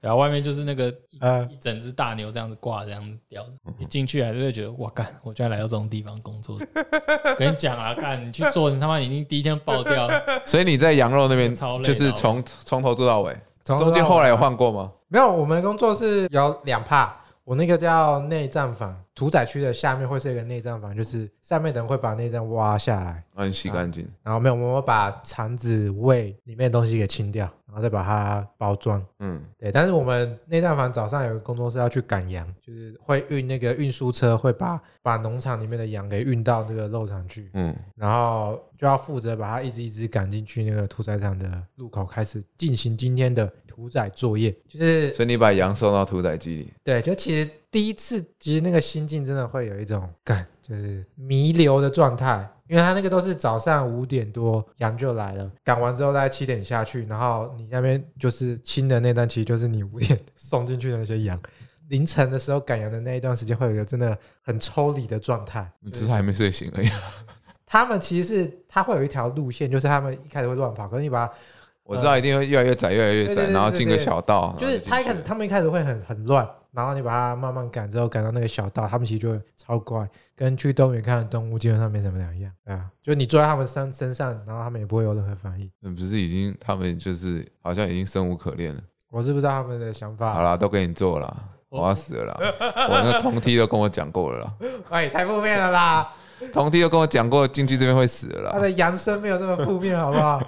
C: 然后外面就是那个一
B: 呃，
C: 一整只大牛这样子挂，这样子吊着，一进去还是会觉得哇干，我居然来到这种地方工作。我跟你讲啊，干你去做，你他妈已经第一天爆掉。
D: 所以你在羊肉那边
C: 超累的
B: 哦
D: 就是从从头做到尾，啊
B: 从
D: 中间后来有换过吗？
B: 没有，我们工作是有两帕。我那个叫内脏房，屠宰区的下面会是一个内脏房，就是上面的人会把内脏挖下来，
D: 哦帮你洗干净，
B: 然后没有，我们会把肠子、胃里面的东西给清掉，然后再把它包装。
D: 嗯，
B: 对，但是我们内脏房早上有个工作是要去赶羊，就是会运那个运输车会把把农场里面的羊给运到那个肉场去，
D: 嗯，
B: 然后就要负责把它一只一只赶进去那个屠宰场的入口，开始进行今天的屠宰作业。就是
D: 所以你把羊送到屠宰机里，
B: 对，就其实第一次，其实那个心境真的会有一种感，就是弥留的状态，因为他那个都是早上五点多羊就来了，赶完之后大概七点下去，然后你那边就是清的那段，其实就是你五点 送进去的那些羊。凌晨的时候赶羊的那一段时间，会有一个真的很抽离的状态。
D: 你只是还没睡醒而已。
B: 他们其实是他会有一条路线，就是他们一开始会乱跑，可是你把它
D: 我知道一定会越来越窄，越来越
B: 对对
D: 窄，
B: 对
D: 然后进个
B: 对对
D: 小道，
B: 就是他一开始，他们一开始会很很乱，然后你把它慢慢赶之后，赶到那个小道，他们其实就会超乖，跟去动物园看的动物基本上没什么两样，对啊，就你坐在他们身身上，然后他们也不会有任何反应。
D: 嗯，不是已经他们就是好像已经生无可恋了。
B: 我是不知道他们的想
D: 好
B: 法，
D: 啦，都给你做了啦，
B: 哦
C: 我
D: 我要死了啦，我那个同梯都跟我讲过了 啦。
B: 哎，太负面了啦，
D: 同梯又跟我讲过，进去这边会死了
B: 他
D: 啦。
B: 的扬声没有那么负面，好不好？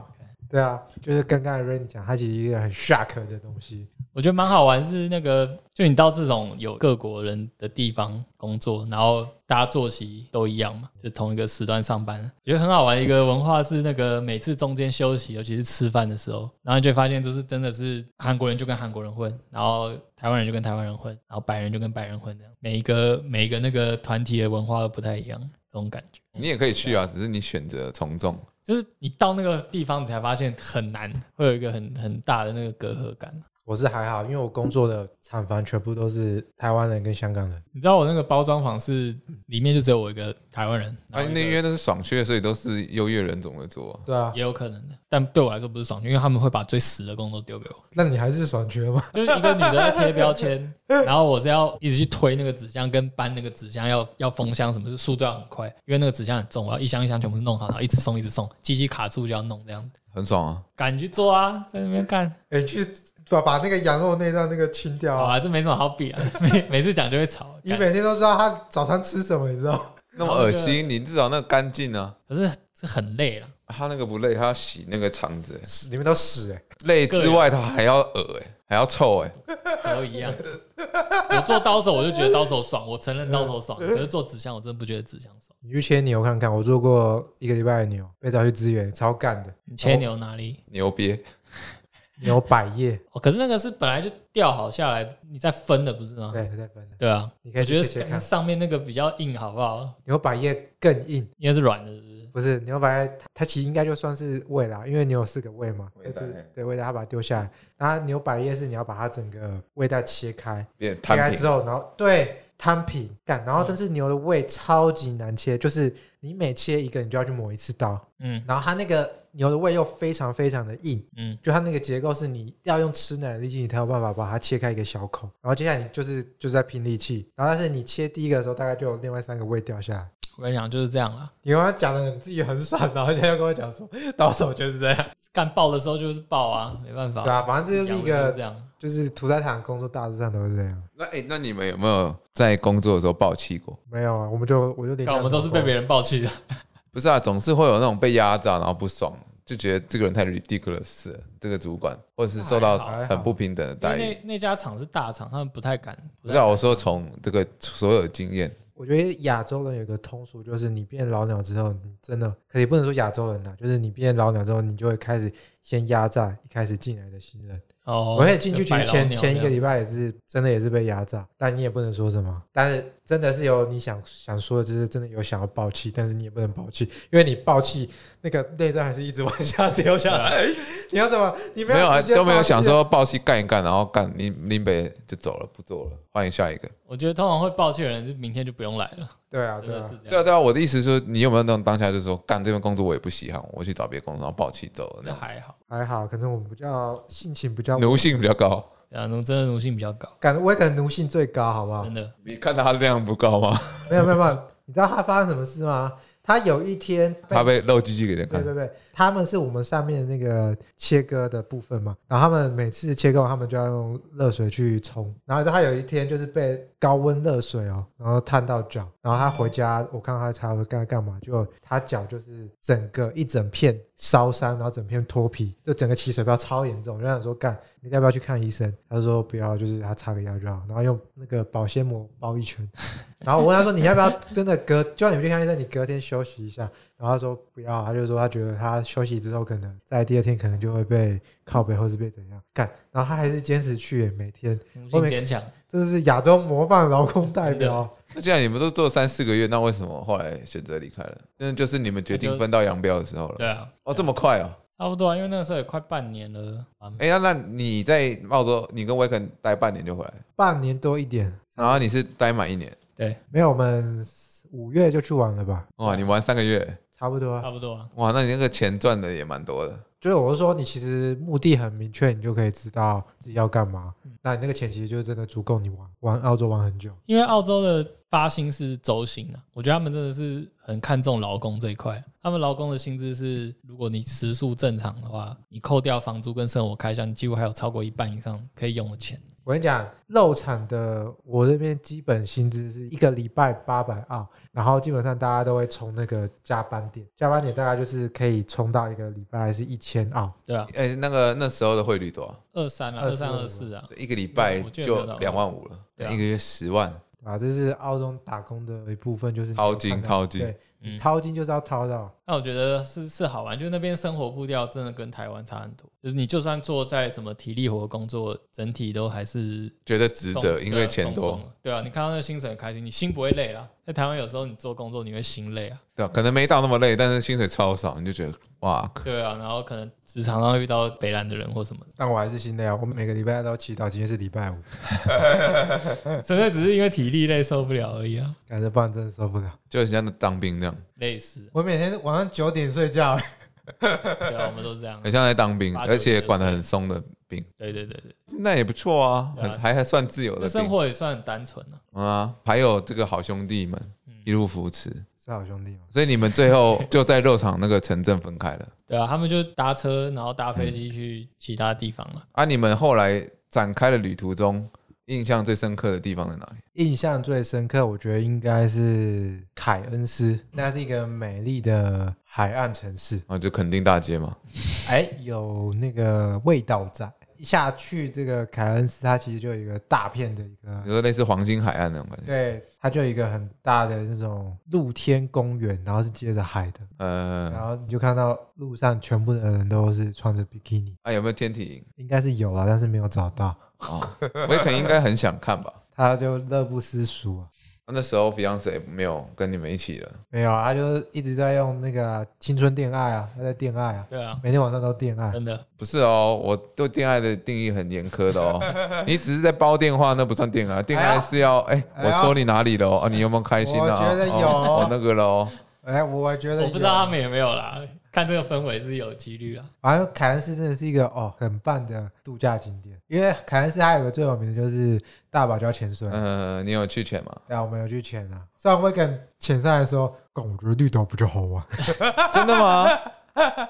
B: 对啊，就是跟刚才 Rain 讲，它其实一个很 shock 的东西。
C: 我觉得蛮好玩，是那个就你到这种有各国人的地方工作，然后大家作息都一样嘛，就同一个时段上班。我觉得很好玩一个文化是那个每次中间休息，尤其是吃饭的时候，然后你就会发现就是真的是韩国人就跟韩国人混，然后台湾人就跟台湾人混，然后白人就跟白人混这样，每一个每一个那个团体的文化都不太一样，这种感觉。
D: 你也可以去啊，只是你选择从众。
C: 就是你到那个地方，你才发现很难，会有一个很很大的那个隔阂感。
B: 我是还好，因为我工作的厂房全部都是台湾人跟香港人，
C: 你知道我那个包装房是里面就只有我一个台湾人，
D: 啊，
C: 然后一
D: 那
C: 个
D: 因为那是爽靴，所以都是优越人种会做、啊。
B: 对啊，
C: 也有可能的，但对我来说不是爽，因为他们会把最死的工作丢给我，
B: 那你还是爽缺吗？
C: 就是一个女的在贴标签，然后我是要一直去推那个纸箱跟搬那个纸箱，要要封箱什么，就速度要很快，因为那个纸箱很重，我要一箱一箱全部弄好，然后一直送一直送，机器卡住就要弄这样，
D: 很爽啊！
C: 赶紧去做啊，在那边干，
D: 哦
B: 哎、你去把把那个羊肉那段那个清掉
C: 好
B: 啊！
C: 啊，这没什么好比啊， 每每次讲就会吵，
B: 你每天都知道他早餐吃什么，你知道？
D: 那么恶心，你至少那个干净啊。
C: 可是是很累了，
D: 他那个不累，他要洗那个肠子、欸
B: 屎里面都屎哎、
D: 累之外他还要恶哎、还要臭哎、
C: 都一样。我做刀手我就觉得刀手爽，我承认刀 手爽，可是做纸箱我真的不觉得纸箱爽。
B: 你去切牛看看，我做过一个礼拜的牛，被找去支援，超干的
C: 你切牛哪里？
D: 牛瘪。
B: 牛百 叶，
C: 哦，可是那个是本来就掉好下来，你再分的不是吗？
B: 对，在分的，
C: 对啊，
B: 你可
C: 我
B: 以
C: 觉
B: 去
C: 得
B: 切切看。
C: 上面那个比较硬，好不好？
B: 牛百叶更硬，
C: 因为是软的，是不是？
B: 不是牛百叶，它它其实应该就算是胃啦，因为你有四个胃嘛，
D: 胃袋
B: 就是
D: 嘿
B: 对胃袋，它把它丢下来。然后牛百叶是你要把它整个胃袋切开，
D: 变
B: 切开
D: 摊
B: 之
D: 平，
B: 后，然后对摊平干，然后
C: 嗯
B: 但是牛的胃超级难切，就是你每切一个，你就要去磨一次刀，
C: 嗯
B: 然后它那个牛的胃又非常非常的硬，
C: 嗯，
B: 就它那个结构是你要用吃奶的力气，你才有办法把它切开一个小口。然后接下来你就是就是在拼力气，然后但是你切第一个的时候，大概就有另外三个胃掉下来。
C: 我跟你讲就是这样 啦。
B: 你刚刚讲的你自己很爽，然后现在又跟我讲说到手就是这样，
C: 干爆的时候就是爆啊，没办法。
B: 对啊，反正这就是
C: 养
B: 一
C: 的
B: 个
C: 这样。
B: 就是屠宰场的工作，大致上都是这样。
D: 那哎、欸那你们有没有在工作的时候爆气过？
B: 没有啊，我们就我就连
C: 干我们都是被别人爆气的，
D: 不是啊，总是会有那种被压榨，然后不爽，就觉得这个人太 ridiculous，了这个主管，或者是受到
B: 还好
D: 很不平等的
C: 哎因
D: 待遇。
C: 为那那家厂是大厂，他们不太敢。
D: 不
C: 太
D: 是啊，
C: 敢
D: 我说从这个所有经验，
B: 我觉得亚洲人有个通俗，就是你变老鸟之后，你真的可以不能说亚洲人啦，就是你变老鸟之后，你就会开始先压榨一开始进来的新人。
C: 哦，
B: 我也进去，其
C: 白
B: 实
C: 老
B: 前
C: 鸟
B: 前一
C: 这
B: 个
C: 样
B: 礼拜也是真的也是被压榨，但你也不能说什么。但是真的是有你想想说的，就是真的有想要爆气，但是你也不能爆气，因为你爆气那个内脏还是一直往下掉下来。你要怎么？你
D: 没有啊，
B: 时间
D: 都没有
B: 爆气
D: 想
B: 的。
D: 说爆气干一干，然后干林林北就走了，不做了，换下一个。
C: 我觉得通常会爆气的人，是明天就不用来了，
B: 对啊，
C: 真
B: 对
C: 的
B: 啊
C: 是，这
D: 对啊，
C: 样。
D: 对啊，我的意思是说，你有没有那种当下就是说，干这份工作我也不喜欢，我去找别的工作，然后爆气走了
C: 那
D: 那样，
C: 还好，
B: 还好，可能我们比较性情比较，
D: 奴性比较高。
C: 对啊，奴真的奴性比较高，
B: 感我也可能奴性最高，好不好
C: 真？的。
D: 你看他量不高吗？
B: 没有没有没有，你知道他发生什么事吗？他有一天被
D: 他被露鸡鸡给人
B: 对
D: 看
B: 对，对，他们是我们上面的那个切割的部分嘛，然后他们每次切割完，他们就要用热水去冲，然后他有一天就是被高温热水哦，然后烫到脚，然后他回家，我看到他擦干干嘛，就他脚就是整个一整片烧伤，然后整片脱皮，就整个起水泡超严重，我就想说干，你要不要去看医生？他说不要，就是他擦个药就好，然后用那个保鲜膜包一圈，然后我问他说你要不要真的隔，叫你们去看医生，你隔天休息一下。然后他说不要，他就说他觉得他休息之后，可能在第二天可能就会被靠背或是被怎样干，然后他还是坚持去每天，
C: 奴
B: 后
C: 性
B: 面
C: 坚强，
B: 这是亚洲模范劳工代表。
D: 那既然你们都做三四个月，那为什么后来选择离开了？那就是你们决定分道扬镳的时候了。
C: 对啊，
D: 哦，这么快哦！
C: 差不多啊，因为那个时候也快半年了，啊
D: 哎，那那你在澳洲，你跟威肯待半年就回来，
B: 半年多一点，
D: 然后你是待满一年，
C: 对，
B: 没有我们五月就去玩了吧，
C: 啊
D: 哇，你玩三个月，
B: 差不多啊。
C: 差不多啊。
D: 哇，那你那个钱赚的也蛮多的。
B: 就是我是说，你其实目的很明确，你就可以知道自己要干嘛。那你那个钱其实就真的足够你玩玩澳洲玩很久。
C: 因为澳洲的发薪是周薪啊，我觉得他们真的是很看重劳工这一块。啊他们劳工的薪资是，如果你时速正常的话，你扣掉房租跟生活开销，你几乎还有超过一半以上可以用的钱。
B: 我跟你讲，肉产的我这边基本薪资是一个礼拜八百澳，然后基本上大家都会冲那个加班点，加班点大概就是可以冲到一个礼拜是一千澳，
C: 对啊，
D: 哎，那个那时候的汇率多少？
C: 二三啊，二
B: 24
C: 三二四啊，
D: 所以一个礼拜
C: 我记得没
D: 就
C: 有到
D: 两万五了，
C: 对啊
D: 一个月十万，
B: 啊，这是澳洲打工的一部分，就是你
D: 掏金
B: 要看到
D: 掏金
B: 对，
C: 嗯
B: 你掏金就是要掏到，
C: 那我觉得是是好玩，就是那边生活步调真的跟台湾差很多。就是你就算做再怎么体力活的工作，整体都还是
D: 觉得值
C: 松
D: 得，因
C: 对
D: 为
C: 啊
D: 钱
C: 松
D: 多
C: 松，的对啊，你看到那个薪水很开心，你心不会累啦。在台湾有时候你做工作你会心累啊，
D: 对吧？可能没到那么累，但是薪水超少，你就觉得哇，
C: 对啊，然后可能职场上遇到北兰的人或什么
B: 但我还是心累啊，我每个礼拜都祈祷，今天是礼拜五，
C: 的，纯粹只是因为体力累受不了而已啊，
B: 感觉不然真的受不了。
D: 就很像那当兵那样，
C: 累死。
E: 我每天晚上九点睡
B: 欸
E: 觉，
C: 啊对啊，我们都是这样
D: 很。像在当兵，
C: 八九
D: 而且
C: 十
D: 管得很松的兵，
C: 对对对对，
D: 那也不错啊，
C: 对啊
D: 很还还算自由
C: 那
D: 的
C: 生
D: 兵
C: 活也算很单纯啊。
D: 嗯啊，还有这个好兄弟们
C: 嗯
D: 一路扶持，
B: 是好兄弟吗？
D: 所以你们最后就在肉场那个城镇分开了
C: 对啊，他们就搭车，然后搭飞机去其他地方了。
D: 啊。你们后来展开的旅途中，印象最深刻的地方在哪里？
B: 印象最深刻，我觉得应该是凯恩斯，那是一个美丽的海岸城市，
D: 啊，就垦丁大街嘛。
B: 哎，有那个味道在。一下去这个凯恩斯，它其实就有一个大片的一
D: 你
C: 嗯
B: 个，
D: 说类似黄金海岸那种感觉，
B: 对，它就有一个很大的那种露天公园，然后是接着海的，然
C: 嗯
B: 后
D: 呃，
B: 你就看到路上全部的人都是穿着比基尼，
D: 啊有没有天体营？
B: 应该是有啦，但是没有找到，
D: 哦，我也可能应该很想看吧。
B: 他就乐不思蜀啊，
D: 那时候 Beyonce 也没有跟你们一起了，
B: 没有啊，他就一直在用那个青春恋爱啊，他在恋爱啊，
C: 对啊，
B: 每天晚上都恋爱，
C: 真的。
D: 不是哦，我对恋爱的定义很严苛 的哦。你只是在煲电话，那不算恋爱，恋爱是要哎，
B: 哎
D: 我
B: 呀
D: 戳你哪里了哦？啊，你有没有开心啊？
B: 我觉得
D: 哦
B: 有
D: 哦那个了哦。
B: 哎，我觉得
C: 我不知
B: 有
C: 道他们有没有啦，看这个氛围是有几率啊啦。
B: 反正啊凯恩斯真的是一个哦很棒的度假景点，因为凯恩斯还有个最有名的就是大堡礁潜水。
D: 嗯，你有去潜 吗？
B: 对啊，我们有去潜啊。虽然我敢潜啊上来说，拱着绿岛不就好玩？
D: 真的吗？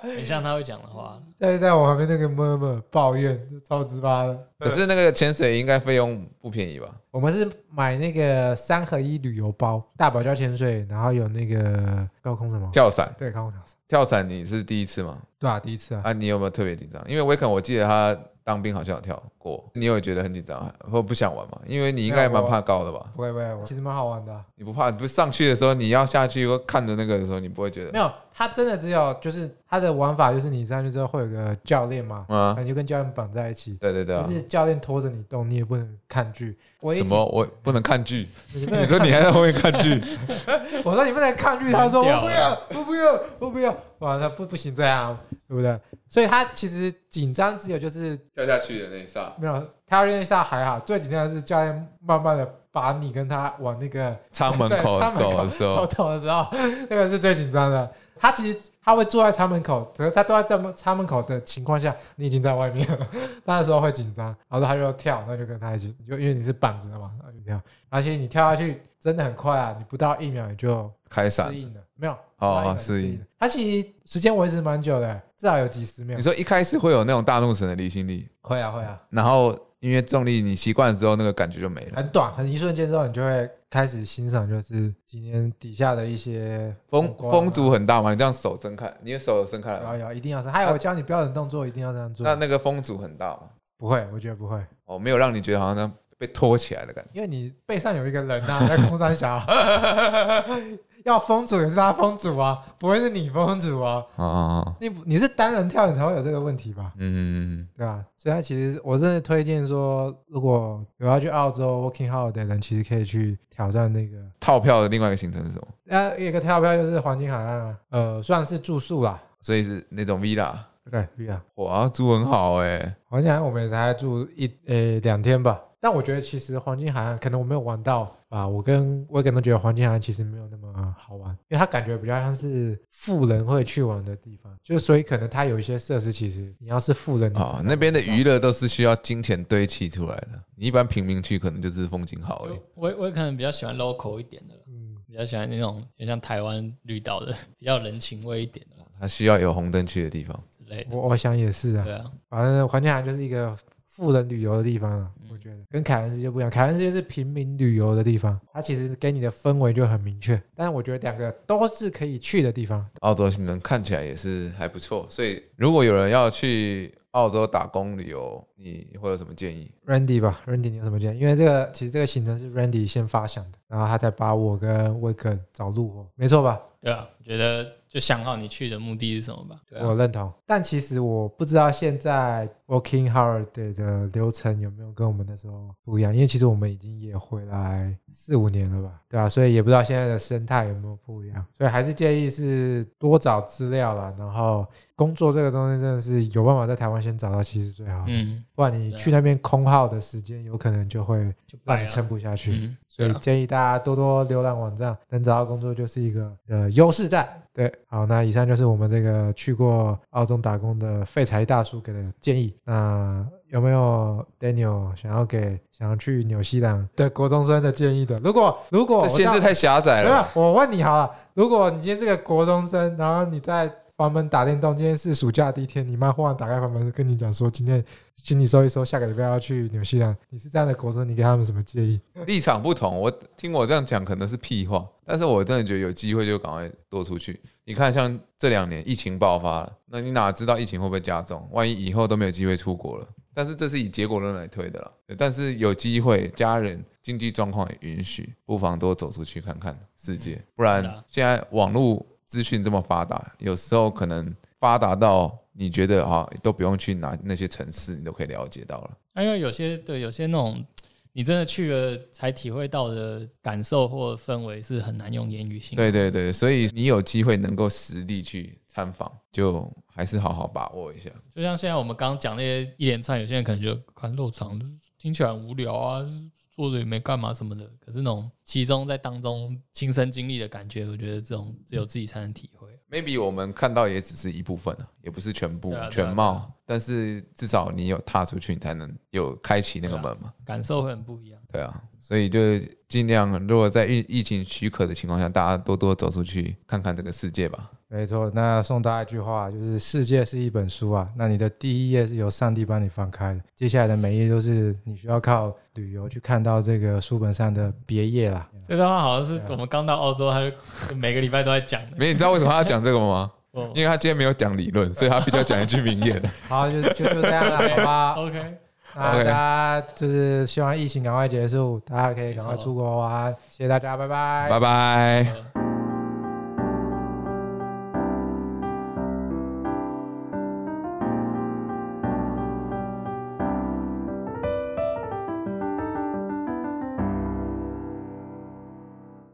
C: 很像他会讲的话，
B: 但是在我旁边那个妈妈抱怨，超直巴的。
D: 可是那个潜水应该费用不便宜吧？
B: 我们是买那个三合一旅游包，大堡礁潜水，然后有那个高空什么？
D: 跳伞，
B: 对，高空跳伞。
D: 跳伞你是第一次吗？
B: 对啊，第一次啊。
D: 啊，你有没有特别紧张？因为威肯，我记得他当兵好像有跳过，你有觉得很紧张或不想玩吗？因为你应该也蛮怕高的吧？
B: 不会不会，我其实蛮好玩的啊、
D: 你不怕？你不是上去的时候，你要下去或看着那个的时候，你不会觉
B: 没
D: 得
B: 有，它真的只有就是它的玩法，就是你上去之后会有个教练嘛，
D: 啊？
B: 你就跟教练绑在一起，
D: 对对对啊
B: 就！是教练拖着你动，你也不能抗拒。我一
D: 什
B: 直
D: 么？我不能看剧？
B: 你不
D: 你
B: 能
D: 说你还在后面看剧？
B: 我说你不能抗拒，他说
C: 掉
B: 我不要，我不要，我不要。哇，他不不行这样，啊对不对？所以他其实紧张只有就是
D: 跳下去的那一刹，
B: 没有，他练一下还好，最紧张的是教练慢慢的把你跟他往那个
D: 舱门
B: 对
D: 口
B: 舱门
D: 走
B: 口
D: 的时候
B: 走，走的时候，那个是最紧张的。他其实他会坐在舱门口，可是他坐在这么舱门口的情况下，你已经在外面了，那时候会紧张，然后他就要跳，那就跟他一起，就因为你是板子的嘛，那就跳。而且你跳下去真的很快啊，你不到一秒你就
D: 开伞
B: 适。应了，没有
D: 哦
B: 不到一秒就
D: 适应
B: 适应了。他其实时间维持蛮久的，至少有几十秒
D: 你。说一开始会有那种大怒神的离心力，
B: 会啊会啊，
D: 然后因为重力你习惯了之后，那个感觉就没了。
B: 很短，很一瞬间之后，你就会开始欣赏，就是今天底下的一些
D: 风
B: 光啊啊
D: 风阻很大嘛，你这样手睁开，你的手有伸开来吗
B: 有有，一定要是，还有我教你标准动作，一定要这样做
D: 那。那个风阻很大嘛？
B: 不会，我觉得不会，
D: 哦，没有让你觉得好像被拖起来的感觉。
B: 因为你背上有一个人呐、在空山小，啊 要封主也是他封主啊，不会是你封主啊。
D: 哦，
B: 你不你是单人跳，你才会有这个问题吧？
D: 嗯，
B: 对吧、所以他其实我真的推荐说，如果有要去澳洲 working holiday 的人，其实可以去挑战那个。
D: 套票的另外一个行程是什么？
B: 呃，有一个跳票就是黄金海岸啊，呃，算是住宿啦。
D: 所以是那种 villa，
B: 对，对啊，
D: 哇，住很好哎、
B: 黄金海岸我们也才住一呃两天吧，但我觉得其实黄金海岸可能我没有玩到啊，我跟威根都觉得黄金海岸其实没有那么呃好玩，因为它感觉比较像是富人会去玩的地方，就所以可能它有一些设施，其实你要是富人，
D: 哦，那边的娱乐都是需要金钱堆砌出来的。你一般贫民区可能就是风景好而已
C: 我。我我可能比较喜欢 local 一点的啦，
B: 嗯，
C: 比较喜欢那种有点像台湾绿岛的， 比较人情味一点的啦
D: 它需要有红灯区的地方。
C: 之类的。
B: 我我想也是啊，
C: 对啊，
B: 反正黄金海岸就是一个富人旅游的地方啊，
C: 嗯
B: 我觉得跟凯恩斯就不一样。凯恩斯就是平民旅游的地方，它其实给你的氛围就很明确。但是我觉得两个都是可以去的地方。
D: 澳洲行程看起来也是还不错，所以如果有人要去澳洲打工旅游，你会有什么建议？
B: Randy 吧，Randy 你有什么建议？因为这个其实这个行程是 Randy 先发想的，然后他再把我跟威克找入伙，没错吧？
C: 对啊，我觉得就想好你去的目的是什么吧。对啊
B: 我，认同。但其实我不知道现在 Working Holiday 的流程有没有跟我们那时候不一样，因为其实我们已经也回来四五年了吧，对啊，所以也不知道现在的生态有没有不一样。所以还是建议是多找资料啦，然后工作这个东西真的是有办法在台湾先找到，其实最好，
C: 嗯，
B: 不然你去那边空耗的时间，有可能就会
C: 就
B: 让你
C: 拜了
B: 撑不下去。
C: 嗯，
B: 所以
C: 对啊
B: 建议大家多多浏览网站，能找到工作就是一个呃优势在。对，好，那以上就是我们这个去过澳洲打工的废柴大叔给的建议。那有没有 Daniel 想要给想要去纽西兰的国中生的建议的？如果如果
D: 这限制太狭窄
B: 没有
D: 了。，
B: 我问你好了，如果你今天是个国中生，然后你在房门打电动，今天是暑假第一天，你妈忽然打开房门跟你讲说今天行李收一收，下个礼拜要去纽西兰，你是这样的国中，你给他们什么建议？
D: 立场不同，我听我这样讲可能是屁话，但是我真的觉得有机会就赶快多出去。你看，像这两年疫情爆发了，那你哪知道疫情会不会加重？万一以后都没有机会出国了，但是这是以结果论来推的啦。对但是有机会，家人经济状况也允许，不妨多走出去看看世界，不然
C: 是啊
D: 现在网络资讯这么发达，有时候可能发达到你觉得啊都不用去哪那些城市，你都可以了解到了。
C: 啊因为有些对有些那种你真的去了才体会到的感受或氛围是很难用言语形容。
D: 对对对，所以你有机会能够实地去参访，就还是好好把握一下。
C: 就像现在我们刚刚讲那些一连串，有些人可能就看肉肠，就是听起来很无聊啊，就是做的也没干嘛什么的。可是那种其中在当中亲身经历的感觉，我觉得这种只有自己才能体会。
D: Maybe 我们看到也只是一部分啊，也不是全部、
C: 对啊对啊
D: 全
C: 对
D: 貌，但是至少你有踏出去，你才能有开启
C: 啊
D: 那个门嘛。
C: 感受会很不一样。
D: 对啊，所以就尽量，如果在疫疫情许可的情况下，大家多多走出去看看这个世界吧。
B: 没错，那送大家一句话，就是世界是一本书啊，那你的第一页是由上帝帮你翻开的，接下来的每一页都是你需要靠旅游去看到这个书本上的别页啦。
C: 这段话好像是我们刚到澳洲，他就每个礼拜都在讲的。
D: 没，你知道为什么他要讲这个吗？
C: 哦
D: 因为他今天没有讲理论，所以他比较讲一句名 言。
B: 好，就就就这样了，好吧？
C: OK，
B: 那
D: OK
B: 大家就是希望疫情赶快结束，大家可以赶快出国玩，谢谢大家，拜拜
D: 拜。拜。
C: 好